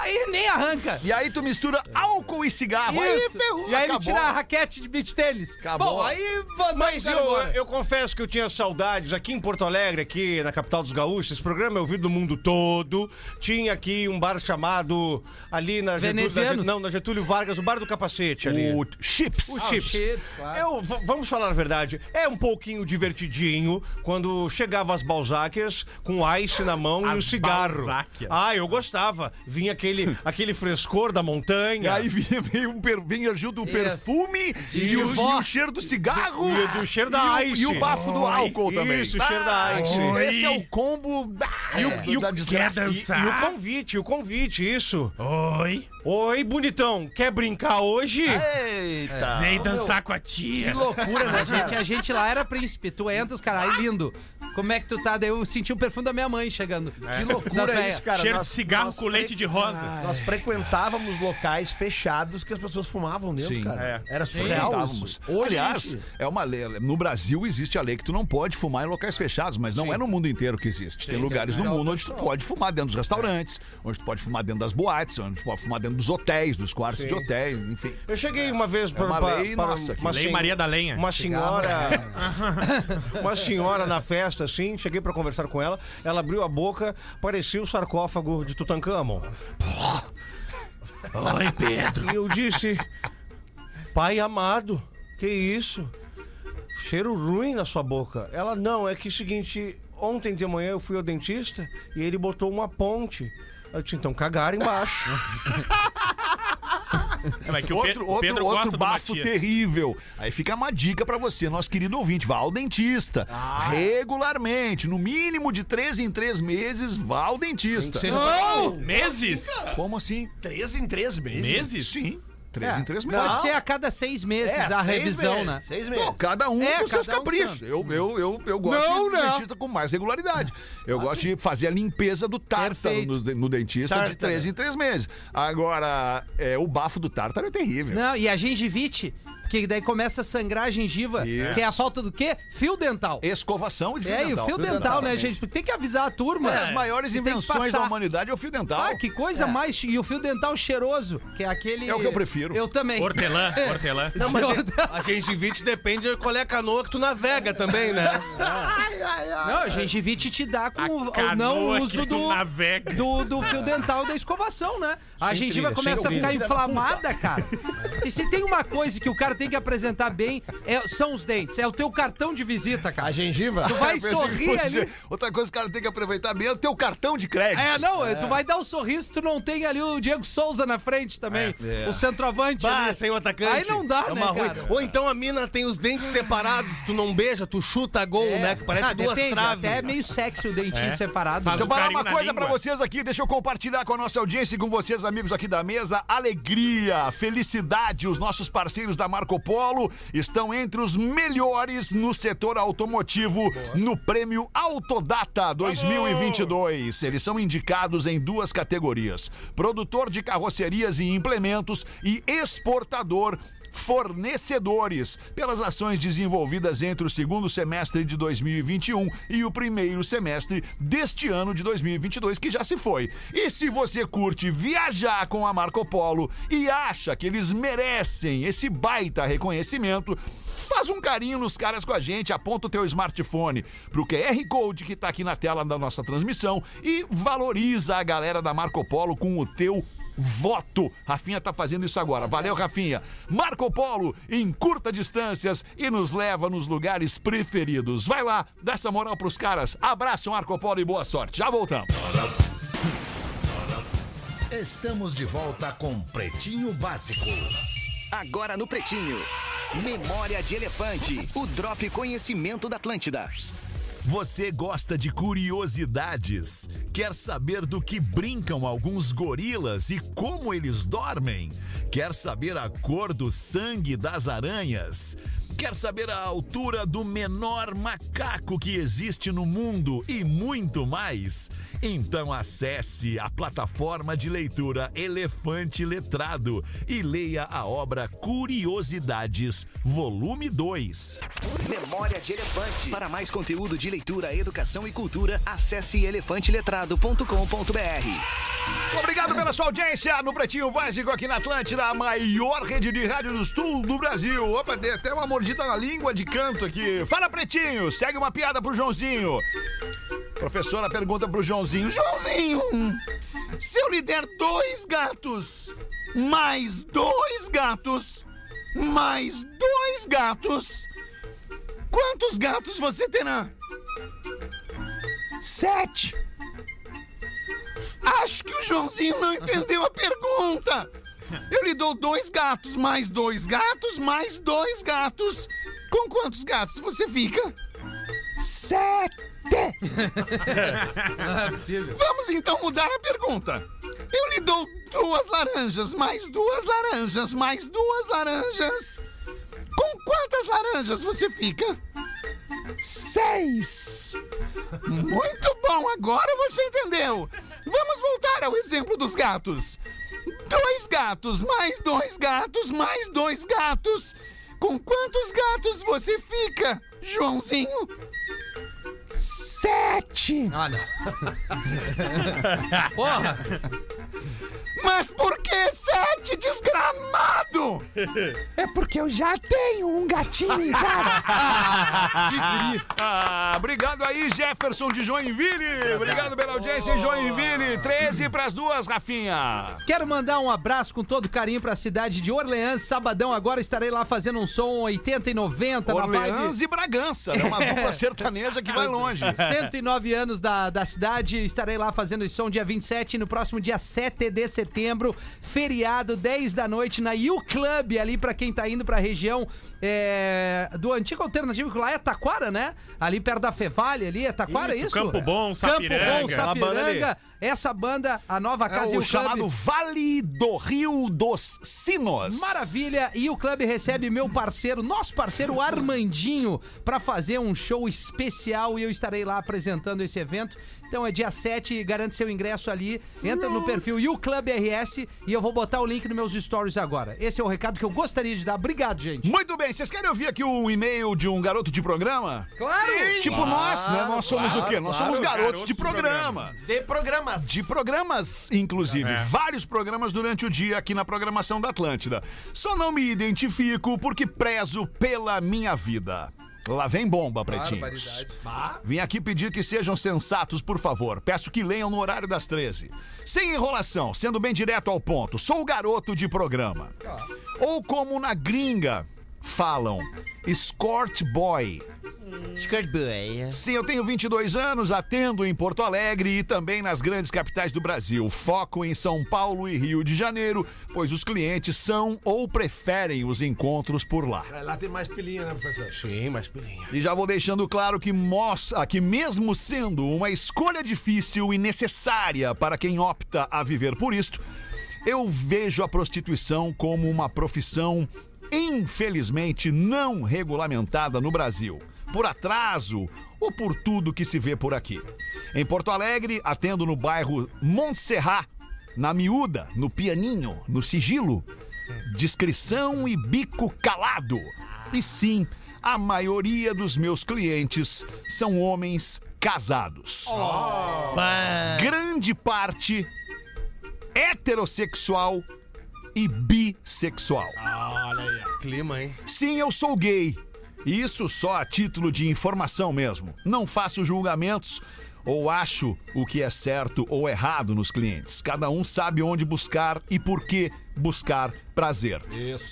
Aí nem arranca.
E aí tu mistura álcool e cigarro. Aí
Isso.
ferrou,
E aí ele
acabou.
tira a raquete de beach tênis.
Acabou.
Bom, aí mandou
Mas
o cara
eu,
embora.
eu confesso que eu tinha saudades aqui em Porto Alegre, aqui na capital dos gaúchos. Esse programa é ouvido do mundo todo. Tinha aqui um bar chamado ali na Getúlio, na,
Venezianos?
Get- não, na Getúlio Vargas, o bar do capacete ali.
O chips.
O
Ah,
chips.
chips, claro.
Eu, v- vamos falar a verdade, é um pouquinho divertidinho quando chegava as Balzáquias com o ice na mão e o cigarro.
Balzáquias.
Ah, eu gostava. Vinha aquele, aquele frescor da montanha.
E aí vinha, veio um per, vinha junto o
Isso.
perfume
De
e, o,
vó.
e o cheiro do cigarro.
E do cheiro da
E o-
Ice.
E o bafo do álcool também.
Isso, o cheiro da
Ah,
Ice.
Esse é o combo da,
E o
da
quer
desgraça.
E o
dançar?
convite, o convite, isso.
Oi.
Oi, bonitão, quer brincar hoje?
Eita.
Vem dançar com a tia.
loucura, né, gente? A gente lá era príncipe. Tu entra, os caras, aí lindo. Como é que tu tá? Daí eu senti o perfume da minha mãe chegando.
Que loucura é isso, cara.
Cheiro de
Nós- Ah,
cigarro
nós
com leite de rosa.
Nós frequentávamos locais fechados que as pessoas fumavam dentro,
Sim.
cara.
É.
Era surreal
Estávamos.
isso. Hoje,
Aliás,
gente,
é uma lei. No Brasil existe a lei que tu não pode fumar em locais fechados, mas não é no mundo inteiro que existe. Tem lugares no mundo onde tu pode fumar dentro dos restaurantes, onde tu pode fumar dentro das boates, onde tu pode fumar dentro dos hotéis, dos quartos de hotéis, enfim.
Eu cheguei uma vez pra,
É uma
pra-
lei,
pra
nossa, que
uma,
Lei
sen-
Maria da Lenha.
uma senhora, uma senhora na festa, assim, cheguei pra conversar com ela, ela abriu a boca, parecia o sarcófago de Tutancâmon.
Oi, Pedro.
E eu disse, pai amado, que isso? Cheiro ruim na sua boca. Ela, não, é que é o seguinte, ontem de manhã eu fui ao dentista e ele botou uma ponte. Eu disse, então cagaram embaixo.
É que o Pe-
Outro,
o Pedro
outro,
gosta
outro
do
bafo
Matias.
terrível. Aí fica uma dica pra você, nosso querido ouvinte. Vá ao dentista.
Ah.
Regularmente. No mínimo de três em três meses, vá ao dentista.
seja-
Não! Meses?
Como assim?
três em três meses.
Meses?
Sim. Três
É.
em três meses.
Pode ser a cada seis meses
É,
a
É, seis
revisão,
meses,
né?
Seis meses.
Não, cada um
É,
com seus
cada um
caprichos.
tem.
eu, eu, eu, eu gosto
Não,
de ir no
não.
dentista com mais regularidade. Eu gosto de fazer a limpeza do tártaro
Perfeito.
no, no dentista de três em três meses. Agora, é, o bafo do tártaro é terrível.
Não, e a gengivite, que daí começa a sangrar a gengiva,
Isso.
que é a falta do quê? Fio dental.
Escovação e fio
é, e o
dental. é
fio dental, né, gente? Porque tem que avisar a turma.
Uma das maiores
que tem que
invenções da
passar.
humanidade é o fio dental.
Ah, que coisa mais. E o fio dental cheiroso, que é aquele.
É o que eu prefiro.
Eu também. É.
Hortelã, hortelã.
Não, mas a gengivite depende de qual é a canoa que tu navega também, né?
Não, a gengivite te dá com
A
o, o
canoa
não
que tu
uso do,
navega.
do, do fio dental e da escovação, né? A
Sem
gengiva
trilha,
começa
sem
a ficar
trilha.
inflamada, cara. E se tem uma coisa que o cara tem que apresentar bem, é- são os dentes. É o teu cartão de visita, cara.
A gengiva?
Tu vai sorrir ali.
Outra coisa que o cara tem que aproveitar mesmo é o teu cartão de crédito.
É, não, tu vai dar um sorriso, tu não tem ali o Diego Souza na frente também. O centroavante.
É. Bah,
ali.
sem o atacante.
Aí não dá,
É
né,
uma ruim.
cara?
Ou então a mina tem os dentes separados, tu não beija, tu chuta gol,
É.
né? Que parece
Ah,
duas
depende,
traves.
Até é meio sexy o dentinho separado.
Faz
Deixa eu
um
Então, falar
carinho
uma
na
coisa
língua.
pra vocês aqui, deixa eu compartilhar com a nossa audiência e com vocês, amigos aqui da mesa. Alegria, felicidade, os nossos parceiros da Marco Polo estão entre os melhores no setor automotivo no Prêmio Autodata 2022. Eles são indicados em duas categorias: produtor de carrocerias e implementos e exportador fornecedores pelas ações desenvolvidas entre o segundo semestre de 2021 e o primeiro semestre deste ano de 2022 que já se foi. E se você curte viajar com a Marco Polo e acha que eles merecem esse baita reconhecimento, faz um carinho nos caras com a gente, aponta o teu smartphone pro QR Code que tá aqui na tela da nossa transmissão e valoriza a galera da Marco Polo com o teu voto. Rafinha tá fazendo isso agora. Valeu, Rafinha. Marco Polo em curta distâncias e nos leva nos lugares preferidos. Vai lá, dá essa moral pros caras. Abraço, Marco Polo e boa sorte. Já voltamos.
Estamos de volta com Pretinho Básico.
Agora no Pretinho. Memória de Elefante. O Drop Conhecimento da Atlântida.
Você gosta de curiosidades? Quer saber do que brincam alguns gorilas e como eles dormem? Quer saber a cor do sangue das aranhas? Quer saber a altura do menor macaco que existe no mundo e muito mais? Então acesse a plataforma de leitura Elefante Letrado e leia a obra Curiosidades, volume 2.
Memória de Elefante. Para mais conteúdo de leitura, educação e cultura, acesse elefanteletrado.com.br.
Obrigado pela sua audiência no Pretinho Básico aqui na Atlântida, a maior rede de rádio do sul do Brasil. Opa, dei até uma mordida na língua de canto aqui. Fala, Pretinho, segue uma piada pro Joãozinho. Professora pergunta pro Joãozinho: Joãozinho, se eu lhe der dois gatos, mais dois gatos, mais dois gatos, quantos gatos você terá? Sete. Acho que o Joãozinho não entendeu a pergunta. Eu lhe dou dois gatos, mais dois gatos, mais dois gatos. Com quantos gatos você fica? Sete.
Não é possível.
Vamos então mudar a pergunta. Eu lhe dou duas laranjas, mais duas laranjas, mais duas laranjas. Com quantas laranjas você fica? Seis. Muito bom, agora você entendeu. Vamos voltar ao exemplo dos gatos. Dois gatos, mais dois gatos, mais dois gatos. Com quantos gatos você fica, Joãozinho? Sete.
Ah, não. Porra!
Mas por que sete desgramado? É porque eu já tenho um gatinho em casa. ah, obrigado aí, Jefferson de Joinville. Obrigado pela audiência em Joinville. 13 pras duas, Rafinha.
Quero mandar um abraço com todo carinho pra cidade de Orleans. Sabadão agora estarei lá fazendo um som 80 e 90 na vibe.
e Bragança. É uma dupla sertaneja que vai longe.
109 anos da, da cidade, estarei lá fazendo esse som dia 27 e no próximo dia 7 de setembro, feriado 10 da noite na U Club, ali pra quem tá indo pra região é, do antigo alternativo, que lá é Taquara, né? Ali perto da Fevale, ali, é Taquara, isso?
Isso, Campo Bom, Sapiranga.
Campo Bom,
Aquela
banda ali.
Sapiranga. Essa banda, a nova
É
casa
o
U
chamado
Club.
Vale do Rio dos Sinos.
Maravilha! E o clube recebe meu parceiro, nosso parceiro Armandinho, pra fazer um show especial e eu estarei lá apresentando esse evento. Então é dia 7, garante seu ingresso ali, entra no perfil e o Clube RS e eu vou botar o link nos meus stories agora. Esse é o recado que eu gostaria de dar. Obrigado, gente.
Muito bem, vocês querem ouvir aqui um e-mail de um garoto de programa?
Claro!
tipo nós, né? Nós somos o quê? Nós somos garotos, de programa.
De programas.
De programas, inclusive. Vários programas durante o dia aqui na programação da Atlântida. Só não me identifico porque prezo pela minha vida. Lá vem bomba, pretinhos. Vim aqui pedir que sejam sensatos, por favor. Peço que leiam no horário das 13. Sem enrolação, sendo bem direto ao ponto. Sou o garoto de programa. Ou como na gringa falam, escort boy.
É.
Sim, eu tenho 22 anos, atendo em Porto Alegre e também nas grandes capitais do Brasil. Foco em São Paulo e Rio de Janeiro, pois os clientes são ou preferem os encontros por lá.
Lá tem mais pilinha, né, professor? Sim, mais pilinha.
E já vou deixando claro que mostra que mesmo sendo uma escolha difícil e necessária para quem opta a viver por isto, eu vejo a prostituição como uma profissão infelizmente não regulamentada no Brasil, por atraso ou por tudo que se vê por aqui. Em Porto Alegre, atendo no bairro Montserrat, na miúda, no pianinho, no sigilo, discrição e bico calado. E sim, a maioria dos meus clientes são homens casados. Ah. Grande parte heterossexual e bissexual.
Clima, hein?
Sim, eu sou gay. Isso só a título de informação mesmo. Não faço julgamentos ou acho o que é certo ou errado nos clientes. Cada um sabe onde buscar e por que buscar prazer.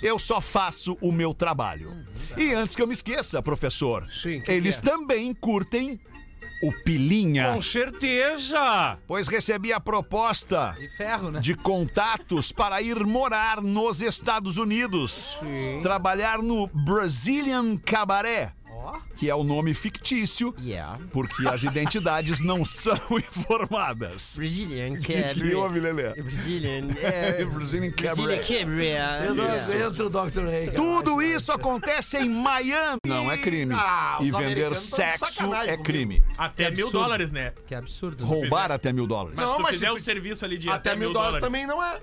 Eu só faço o meu trabalho. E antes que eu me esqueça, professor,
Uhum. Sim, que
eles
que
também curtem o pilinha.
Com certeza!
Pois recebi a proposta
E ferro, né?
de contatos para ir morar nos Estados Unidos. Trabalhar no Brazilian Cabaré. Que é o nome fictício, porque as identidades não são informadas.
Brazilian
Que houve, Lelê?
Brazilian. É,
Brazilian Cabaré.
Cabrera.
Dentro do Dr. Rei.
Tudo isso acontece em Miami. Não é crime.
Ah, os
e vender
americanos tão de
sexo
sacanagem
é
comigo.
crime.
Até mil
absurdo.
dólares, né?
Que absurdo.
Roubar até mil dólares.
Mas
Não,
se tu
mas
fizer
se-
o serviço ali de
Até mil dólares também não é.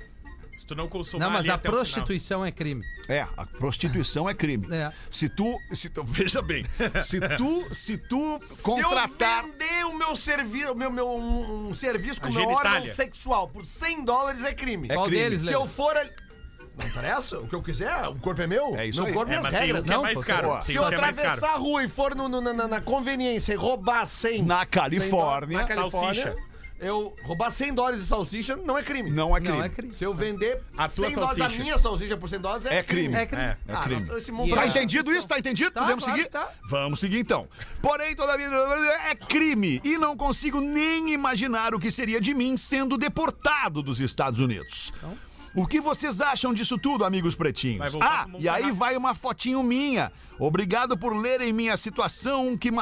Se tu não consumar
Não, mas
ali
a
até o final.
prostituição é crime.
É, a prostituição é crime.
É.
Se tu, se tu, veja bem, se tu, se tu contratar
Se eu vender o meu serviço, o meu, meu- um, um serviço com
A
meu órgão
genitália.
sexual por 100 dólares é crime.
É
Qual
crime.
deles,
Se
Lelê?
eu for ali... Não interessa, o que eu quiser, o corpo é meu.
É isso
meu
aí.
corpo
É,
minhas
mas tem um
regras.
que é
não,
mais
pô,
caro.
Se
Tem
eu
um que é mais caro.
atravessar a rua e for no- no- na, na- na conveniência e roubar 100...
na Califórnia,
Califórnia, na Califórnia,
salsicha.
eu roubar 100 dólares de salsicha não é crime.
não é crime.
Não é crime.
Se eu vender
A tua
100 dólares da
salsicha.
minha salsicha por 100 dólares é,
É crime.
É crime.
É.
É crime.
nossa, esse mundo
Tá
da
entendido isso? Tá entendido?
Tá,
Podemos
claro
seguir?
que tá.
Vamos seguir então. Porém, todavia, é crime e não consigo nem imaginar o que seria de mim sendo deportado dos Estados Unidos.
Então?
O que vocês acham disso tudo, amigos
Vai
pretinhos?
voltar
Ah,
pro
e aí
Bolsonaro.
vai uma fotinho minha. Obrigado por lerem minha situação que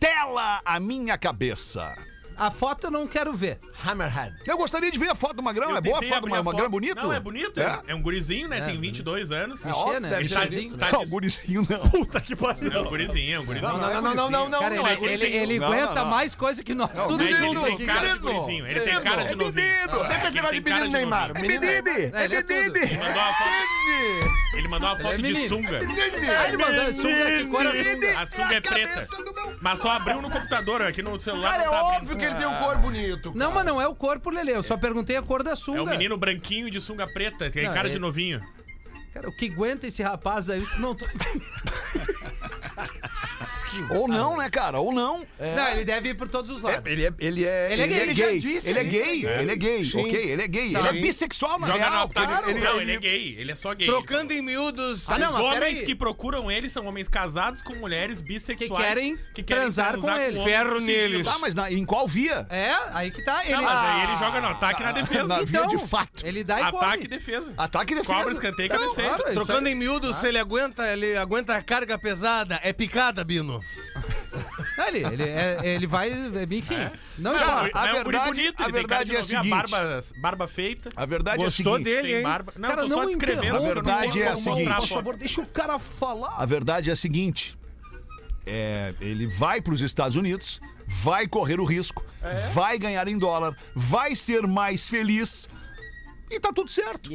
martela a minha cabeça.
A foto eu não quero ver.
Hammerhead.
Eu gostaria de ver a foto do Magrão.
Eu
é boa a
tentei
foto do
abrir
Ma- Magrão? Bonito?
Não, é bonito.
É?
É, um gurizinho, né?
É,
Tem
bonito.
22 anos.
Clichê,
óbvio,
né?
deve
Ele tá,
Clichêzinho.
tá
Não, gurizinho não.
Puta que pariu. É um gurizinho, é um gurizinho.
Não, não, não, não, não, não, não.
Cara,
não,
ele,
é
ele-
gurizinho.
ele
Não,
aguenta
não, não.
mais coisa que nós, tudo
Mas
junto
ele tem
aqui,
cara de
tipo
cara.
assim,
gurizinho. Ele tem cara de
Menino,
novinho.
é menino.
Não,
Sempre esse
ele
negócio de
tem cara
menino Neymar.
novinho.
Menino Neymar.
É, ele é tudo.
Ele mandou uma foto, ele mandou uma foto de
menino.
sunga.
Ah, ele mandou isso, que cor é sunga?
A sunga é preta. Mas só abriu no computador, aqui no celular.
Cara, é
não tá abrindo.
óbvio que ele tem um corpo bonito.
Não, mas não é o corpo, Lele. Eu só perguntei a cor da
um
sunga.
É o menino branquinho de sunga preta, tem
Não,
cara
é-
de novinho.
Cara, o que aguenta esse rapaz aí? Isso não tô entendendo.
Ou não, né, cara? Ou não.
Não, ele deve ir por todos os lados.
Ele é, ele é,
Ele é gay, ele já
gay.
disse,
Ele é
né?
gay, ele é gay, ok? Ele é gay. Ele é bissexual, na
Tá. Joga na
real. porque
otário.
ele- ele-
Não, ele é gay, ele é só gay.
Trocando em miúdos.
Ah, não,
Os
mas
homens
peraí.
que procuram ele são homens casados com mulheres bissexuais.
Que querem transar com ele.
homens
Ferro
cis-
neles.
Tá, mas na- em qual via?
É, aí que tá. Ele, Ah, então,
Não, mas aí ele joga no ataque e na defesa.
Na via de fato.
ele dá e
Ataque e
come.
defesa.
Ataque e defesa.
Cobra, escanteio e
Então,
cabeceio.
claro, isso
Trocando
aí-
em miúdos, se ele aguenta, ele aguenta a carga pesada, é picada, Bino.
Ah, Ele, ele, é- ele vai, enfim. Não,
Não,
importa.
mas
a
é um guri
verdade-
ele
a
tem cara de
verdade é a
novinho,
seguinte.
Barba, barba feita.
A verdade é a
Gostou
seguinte.
dele,
sem
hein?
barba. Não,
cara,
tô só
não
descrevendo.
interrompa,
a verdade é
meu
a
irmão,
seguinte.
Por favor, deixa o cara falar.
A verdade é a seguinte: é, ele vai para os Estados Unidos, vai correr o risco,
É.
vai ganhar em dólar, vai ser mais feliz e tá tudo certo.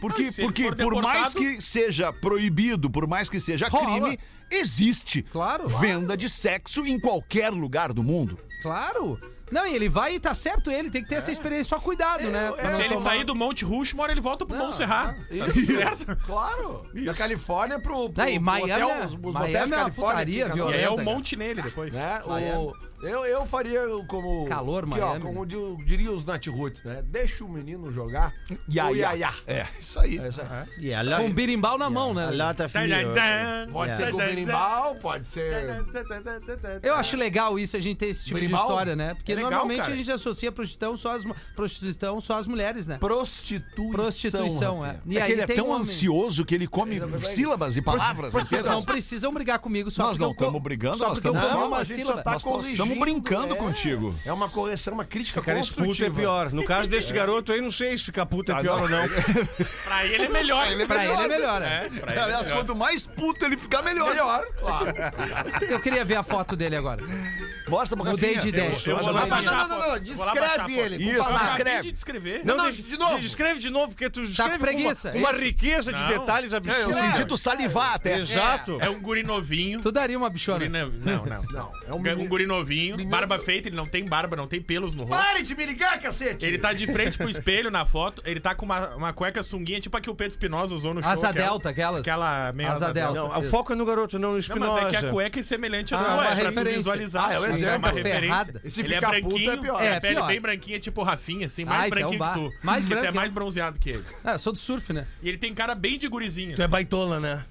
Porque,
Não, e se ele
porque por
for deportado-
mais que seja proibido, por mais que seja
Rola.
crime, existe
Claro.
venda de sexo em qualquer lugar do mundo.
Claro. Não, e ele vai e tá certo ele, tem que ter essa experiência, só cuidado, né? pra não
Se ele
tomar-
sair do Monte Rushmore, ele volta pro
Não,
Montserrat.
Isso, claro. Da Califórnia pro, pro,
Não, e
pro
Miami,
hotel,
é-
os, os
Miami
motéis
é uma
Califórnia aqui,
putaria
cara.
E
violenta.
aí é o
cara.
monte nele depois.
Né?
Miami.
O, eu, eu faria como.
Calor,
aqui, ó,
Miami.
Como di- diria os Nat Roots, né? Deixa o menino jogar.
Yaya.
O Yaya.
É, isso aí.
É isso aí.
Yeah, a lot,
Com um birimbau na mão,
a
né?
tá
lot of you.
É.
Pode ser com o Berimbau, pode ser.
Eu acho legal isso, a gente ter esse tipo
Berimbau?
de história, né? Porque
É legal,
normalmente
cara.
a gente associa prostituição só as, mu- prostituição só as mulheres, né?
Prostituição.
Prostituição, é.
Rafinha.
E
é que ele é
tem
tão
um homem.
ansioso que ele come sílabas e palavras.
Vocês
inteiras.
não tá precisam brigar comigo só
Nós
porque
não
eu co-
estamos brigando,
só
nós
porque eu
estamos
comi
só-
uma
a gente só
sílaba.
tá
Nós nós estamos
corrigindo,
brincando
é.
contigo.
É uma correção, uma crítica
Cara, esse puto é
construtiva.
pior. No caso desse garoto aí, não sei se ficar puto é pior ou não.
Pra ele é melhor.
Pra ele é
Pra ele
melhor.
é melhor, né?
É, pra ele é
Aliás,
melhor.
quanto mais puto ele ficar, melhor.
Melhor, claro.
É.
Eu queria ver a foto dele agora.
Mostra pra
Mudei
Rafinha.
de ideia.
Eu vou
Vou lá
lá
baixar
não,
a
não,
foto.
não,
Vou lá baixar a
descreve
foto.
ele.
Isso,
Eu acabei de
escreve.
descrever.
Não,
Não,
de,
de novo.
Descreve de novo, porque tu descreve com
preguiça,
uma, uma
isso.
riqueza de
Não.
detalhes
É, eu
absurda.
senti tu salivar até.
Exato.
É um guri novinho.
Tu daria uma bichona.
Guri no- Não, não.
Não, é
Um, um guri novinho, barba feita, ele não tem barba, não tem pelos no rosto.
de me ligar, cacete!
Ele tá de frente pro espelho na foto, ele tá com uma, uma cueca sunguinha, tipo a que o Pedro Espinosa usou no show.
Asa
aquela-
delta, aquelas.
é Aquela meio
Asa delta.
Não, o foco é no garoto, não no
Não, mas
Espinosa.
é que a cueca é semelhante à
Ah,
do
é uma
Ué, pra tu
referência.
visualizar.
Ah, é o
assim,
exemplo.
uma
Ferrada.
referência.
E se
Ele é
ficar puto,
branquinho,
é pior.
É,
a pele
pior.
bem branquinha, tipo Rafinha, assim,
Ah,
mais
então
branquinho
bah.
que tu.
Mais
que tu é
branco,
mais bronzeado que ele.
Ah, eu sou do surf, né?
E ele tem cara bem de gurizinho.
Tá.
Tu é baitola, né?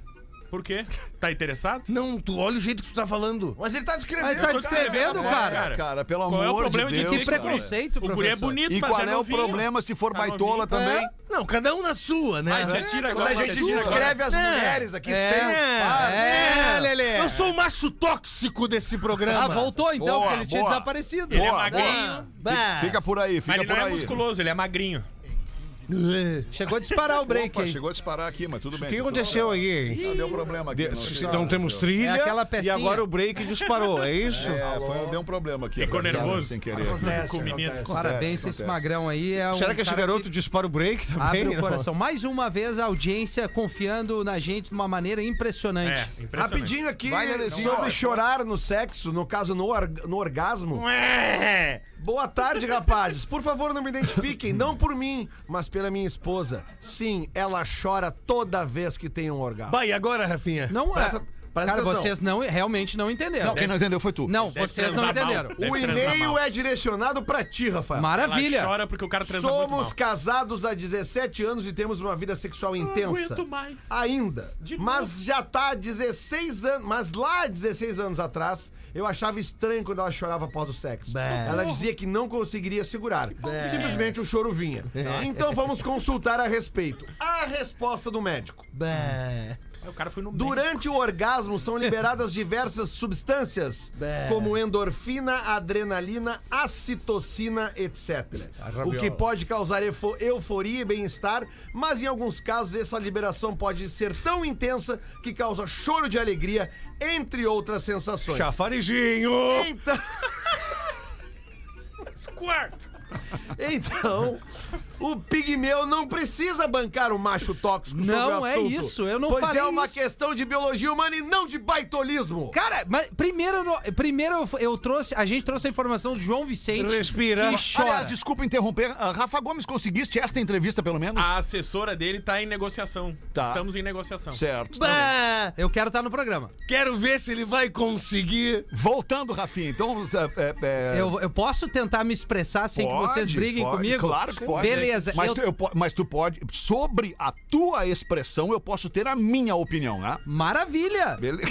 Por quê? Tá interessado?
Não, tu olha o jeito que tu tá falando.
Mas ele tá descrevendo.
Mas tá
cara.
descrevendo,
cara.
cara.
Cara, cara, pelo
Qual
amor
é o problema
de
de,
Deus.
ter
Que
cara.
preconceito,
O guri é
professor.
bonito,
E
mas
qual é, o
novinho.
problema se for
Tá
baitola
novinho.
também?
É.
Não, cada um na sua, né?
Ai, já tira
Quando
agora.
a
já
gente
tira agora.
descreve as mulheres aqui,
É.
sem
É, é, Lelê.
Eu sou o maço tóxico desse programa.
Ah, voltou então,
Boa,
porque ele tinha
boa.
desaparecido.
Ele é
Boa,
magrinho,
Bah.
Fica por aí,
mas
fica
ele
por
não é
aí.
musculoso, ele é magrinho.
Chegou a disparar o break
Opa,
aí.
chegou a disparar aqui, mas tudo
O
bem.
que aconteceu aí, hein?
Ah, deu problema aqui.
De-
não
se-
sei.
não temos trilha
É aquela
e
pecinha.
agora o break disparou, é isso?
É, foi, deu um problema aqui.
Ficou
Cara,
nervoso.
Sem querer.
Com o menino.
Parabéns, esse
acontece.
magrão aí. É um
Será que esse
cara
garoto dispara o break também?
Abre o
Não.
coração. Mais uma vez a audiência confiando na gente de uma maneira impressionante.
É, impressionante.
Rapidinho aqui
Vai, Lelezinho,
sobre
ó.
chorar no sexo, no caso no, or- no orgasmo. Boa tarde, rapazes. Por favor, não me identifiquem, não por mim, mas pela minha esposa. Sim, ela chora toda vez que tem um orgasmo.
Vai, e agora, Rafinha?
Não
Presta-
é.
presta
cara,
atenção.
vocês não realmente não entenderam.
Não, quem não entendeu foi tu.
Não,
Deve
vocês
transar
não
mal.
entenderam.
Deve
O
transar
e-mail
mal.
é direcionado pra ti, Rafael.
Ela
Maravilha.
chora porque o cara transa muito mal.
Somos casados há 17 anos e temos uma vida sexual intensa.
aguento mais.
Ainda.
De
mas já tá há 16 anos. Mas lá há 16 anos atrás, eu achava estranho quando ela chorava após o sexo. Ela dizia que não conseguiria segurar. Simplesmente o choro vinha.
É.
Então vamos consultar a respeito. A resposta do médico.
Aí É, O cara foi no
Durante o orgasmo são liberadas diversas substâncias, como endorfina, adrenalina, acitocina, etc. O que pode causar efo- euforia e bem-estar, mas em alguns casos essa liberação pode ser tão intensa que causa choro de alegria, entre outras sensações.
Chafarizinho!
Então,
Squirt.
então, O pigmeu não precisa bancar o macho tóxico sobre o
Não, é
assunto,
isso, eu não
pois
falei
é uma
isso.
questão de biologia humana e não de baitolismo.
Cara, mas primeiro, eu não- primeiro eu- eu trouxe. A gente trouxe a informação do João Vicente.
Respira.
Que chora.
Ah, Aliás, desculpa interromper. ah, Rafa Gomes, conseguiste esta entrevista, pelo menos?
A assessora dele tá em negociação.
Tá.
Estamos em negociação.
Certo.
Bah,
Eu quero estar no programa.
quero ver se ele vai conseguir.
Voltando, Rafinha, então. É, é,
Eu, eu posso tentar me expressar sem que
pode,
vocês briguem
pode,
comigo?
Claro que pode.
Beleza.
Mas,
eu-
tu, eu po- mas tu pode. Sobre a tua expressão, eu posso ter a minha opinião, né?
Maravilha!
Beleza.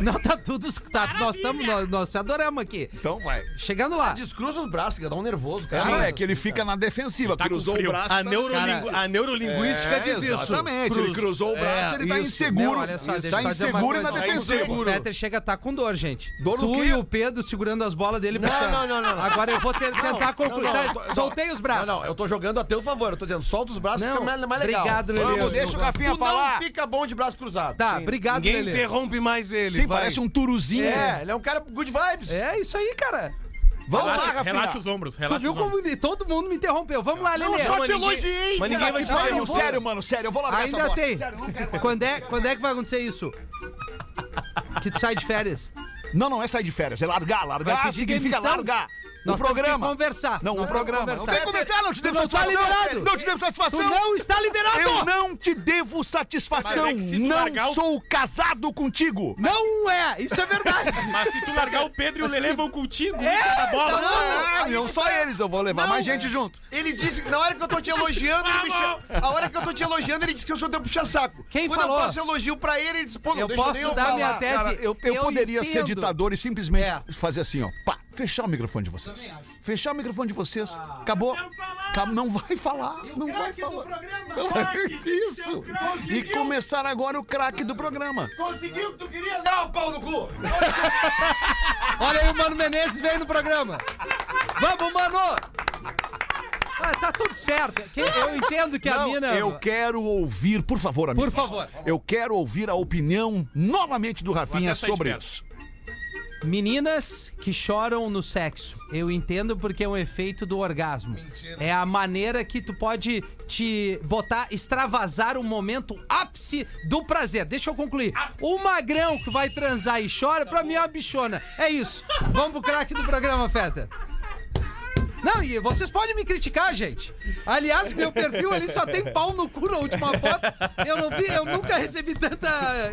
Não, tá tudo. Tá, nós estamos. Nós, nós se adoramos aqui.
Então vai.
Chegando lá.
Descruza os braços, fica dá um nervoso,
Ah,
É,
cara.
não, é que ele fica na defensiva, cruzou o braço.
A,
tá-
neurolingu- a neurolinguística
É,
diz isso.
Exatamente. Ele
Cruz-
cruzou o braço, ele tá
isso.
inseguro.
É, Não, olha só, deixa
tá
eu fazer uma
inseguro e na
coisa. Tá
defensiva.
O Peter chega a estar com dor, gente.
Dor do
tu
quê?
e o Pedro segurando as bolas dele.
Não,
puxando.
não, não, não, não.
Agora eu vou te- tentar concluir.
não,
Tá,
não, não.
Soltei os braços.
Não, não, eu tô jogando a teu favor, eu tô dizendo, solta os braços,
Não,
fica mais, mais legal.
obrigado, Lelê.
é Vamos, deixa o Rafinha
Tu não
falar.
fica bom de braço cruzado.
Tá, obrigado,
Ninguém
Lelê.
interrompe mais ele.
Sim,
vai.
parece um turuzinho.
É, ele é um cara good vibes.
É isso aí, cara.
é.
Vamos lá,
Relaxa,
Rafinha.
relaxa os ombros,
Tu
relaxa
viu
os ombros.
como ni- todo mundo me interrompeu? Vamos lá, Lelê.
só te
ninguém-
elogiei,
mas
cara.
ninguém vai
Não,
falar
não,
isso.
sério, mano, sério, eu vou largar essa
Ainda
bosta.
tem. Quando é, quando é que vai acontecer isso? Que tu sai de férias.
Não, não é sair de férias, é largar, largar
Vai pedir
significa
demissão?
largar.
Nós
o
temos que
programa.
conversar.
Não,
Nós
o
temos que
programa. Não
conversar.
tem conversar, não te
Tu
devo
não tá
satisfação.
liberado.
Não te devo
Tu
satisfação.
não está liberado!
Eu não te devo satisfação.
Mas é que se tu largar
não
o-
sou casado contigo.
Não é! Isso é verdade!
Mas se tu largar o Pedro e o Lelê vão contigo, Tá
É,
Não,
não,
não, só eles, eu vou levar mais gente junto.
Ele disse que na hora que eu tô te elogiando, ele me chama- a hora que eu tô te elogiando, ele disse que eu sou teu puxa-saco.
Quem
Quando
falou?
eu faço elogio pra ele, ele disse, pô, não
Eu
deixa
posso
nem eu
dar
falar.
minha tese.
Cara, eu, eu
Eu
poderia ser
entendo.
ditador e simplesmente
É.
fazer assim, ó. Pá, fechar o microfone de vocês.
Também acho.
Fechar o microfone de vocês. Acabou. Acab- Não vai falar. não vai
craque do
falar.
programa.
Não vai- Isso. E começar agora o craque do programa.
Conseguiu o que tu queria? Dá um pau no cu!
Olha aí, o Mano Menezes veio no programa. Vamos, Mano! Ah, tá tudo certo. Que- Eu entendo que a
Não,
mina...
eu quero ouvir, por favor, amigos.
Por favor.
Eu quero ouvir a opinião novamente do Rafinha
até sair de
sobre
perto.
isso.
Meninas que choram no sexo. Eu entendo porque é um efeito do orgasmo. É a maneira que tu pode te botar, extravasar o momento ápice do prazer. Deixa eu concluir. O magrão que vai transar e chora, pra mim é uma bichona. É isso. Vamos pro craque do programa, Feta. Não, e vocês podem me criticar, gente. Aliás, meu perfil ali só tem pau no cu na última foto. Eu não vi, eu nunca recebi tanto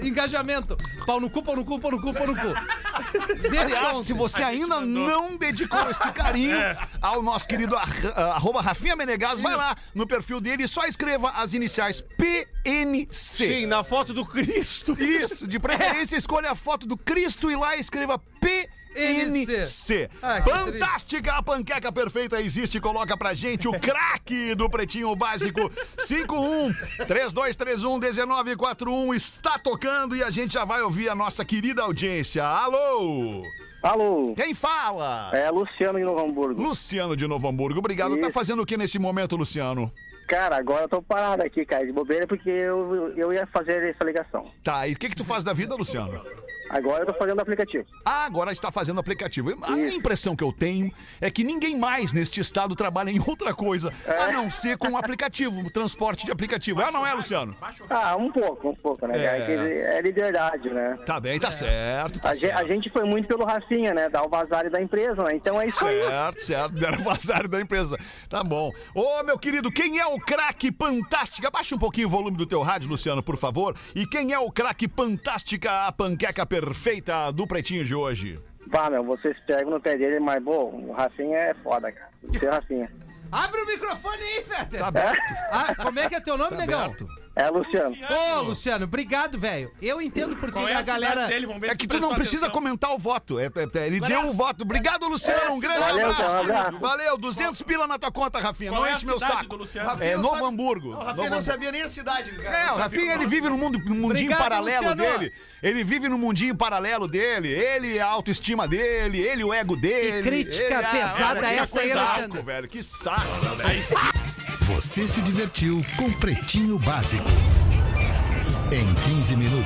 engajamento. Pau no cu, pau no cu, pau no cu, pau no cu.
Aliás, Tá? se
Desconto.
você ainda
mandou.
não dedicou este carinho
É.
ao nosso querido ar- ah, arroba Rafinha Menegas, vai lá no perfil dele e só escreva as iniciais
Sim,
PNC.
na foto do Cristo.
Isso, de
É.
preferência escolha a foto do Cristo e lá escreva PNC.
Ah, que
Fantástica, a panqueca perfeita existe. Coloca pra gente o craque do Pretinho Básico 51 3231 1941 está tocando e a gente já vai ouvir a nossa querida audiência. Alô!
Alô,
Quem fala?
é Luciano de Novo Hamburgo.
Luciano de Novo Hamburgo, obrigado. Tá
Isso.
fazendo o que nesse momento, Luciano?
Cara, agora eu tô parado aqui, cara, de bobeira, porque eu, eu ia fazer essa ligação.
Tá, e o que que tu faz da vida, Luciano?
Agora eu tô fazendo o aplicativo.
Ah, agora está fazendo aplicativo. A impressão que eu tenho é que ninguém mais neste estado trabalha em outra coisa,
É.
a não ser com aplicativo, transporte de aplicativo. É ou não é, Luciano?
Ah, um pouco, um pouco, né, cara?
É.
Que É, liberdade, né?
Tá bem, tá certo,
A
tá
gente,
certo.
a gente foi muito pelo Rafinha, né? Dar o vazare da empresa, né? Então é isso aí.
Certo, certo. Deram vazar da empresa. Tá bom. Ô, meu querido, quem é o craque Fantástica? Baixa um pouquinho o volume do teu rádio, Luciano, por favor. E quem é o craque Fantástica, a panqueca perfeita do Pretinho de hoje?
Pá, meu, vocês pegam no pé dele, mas, bom, o Rafinha é foda, cara. O seu Rafinha.
Abre o microfone aí, Peter.
Tá aberto. Tá
Ah, como é que é teu nome, negão?
aberto.
É Luciano.
Ô, Luciano, obrigado, velho. Eu entendo porque
Qual é
a,
a galera...
galera.
dele? Vamos ver
É
se
que tu
presta
não precisa
atenção.
comentar o voto. É, é, é, ele deu o voto. Obrigado, Luciano. Um grande
Valeu,
abraço.
então, um
querido.
abraço.
Valeu, 200 pila na tua conta, Rafinha.
Qual
não
é a
enche meu
cidade
saco.
do Luciano?
É
não
Novo
sabe-
Hamburgo.
O Rafinha
Novo
não
Hamburgo.
sabia nem a cidade, cara.
É, o
Não sabia
Rafinha,
o
ele
nome.
vive no mundo, no mundinho
Obrigado,
paralelo
Luciano.
dele. Ele vive no mundinho paralelo dele. Ele, a autoestima dele, ele, o ego dele.
Que crítica
ele- ah,
pesada
cara, que
essa aí,
saco,
Alexandre.
velho. Que saco.
Você se divertiu com Pretinho Básico. Em 15 minutos.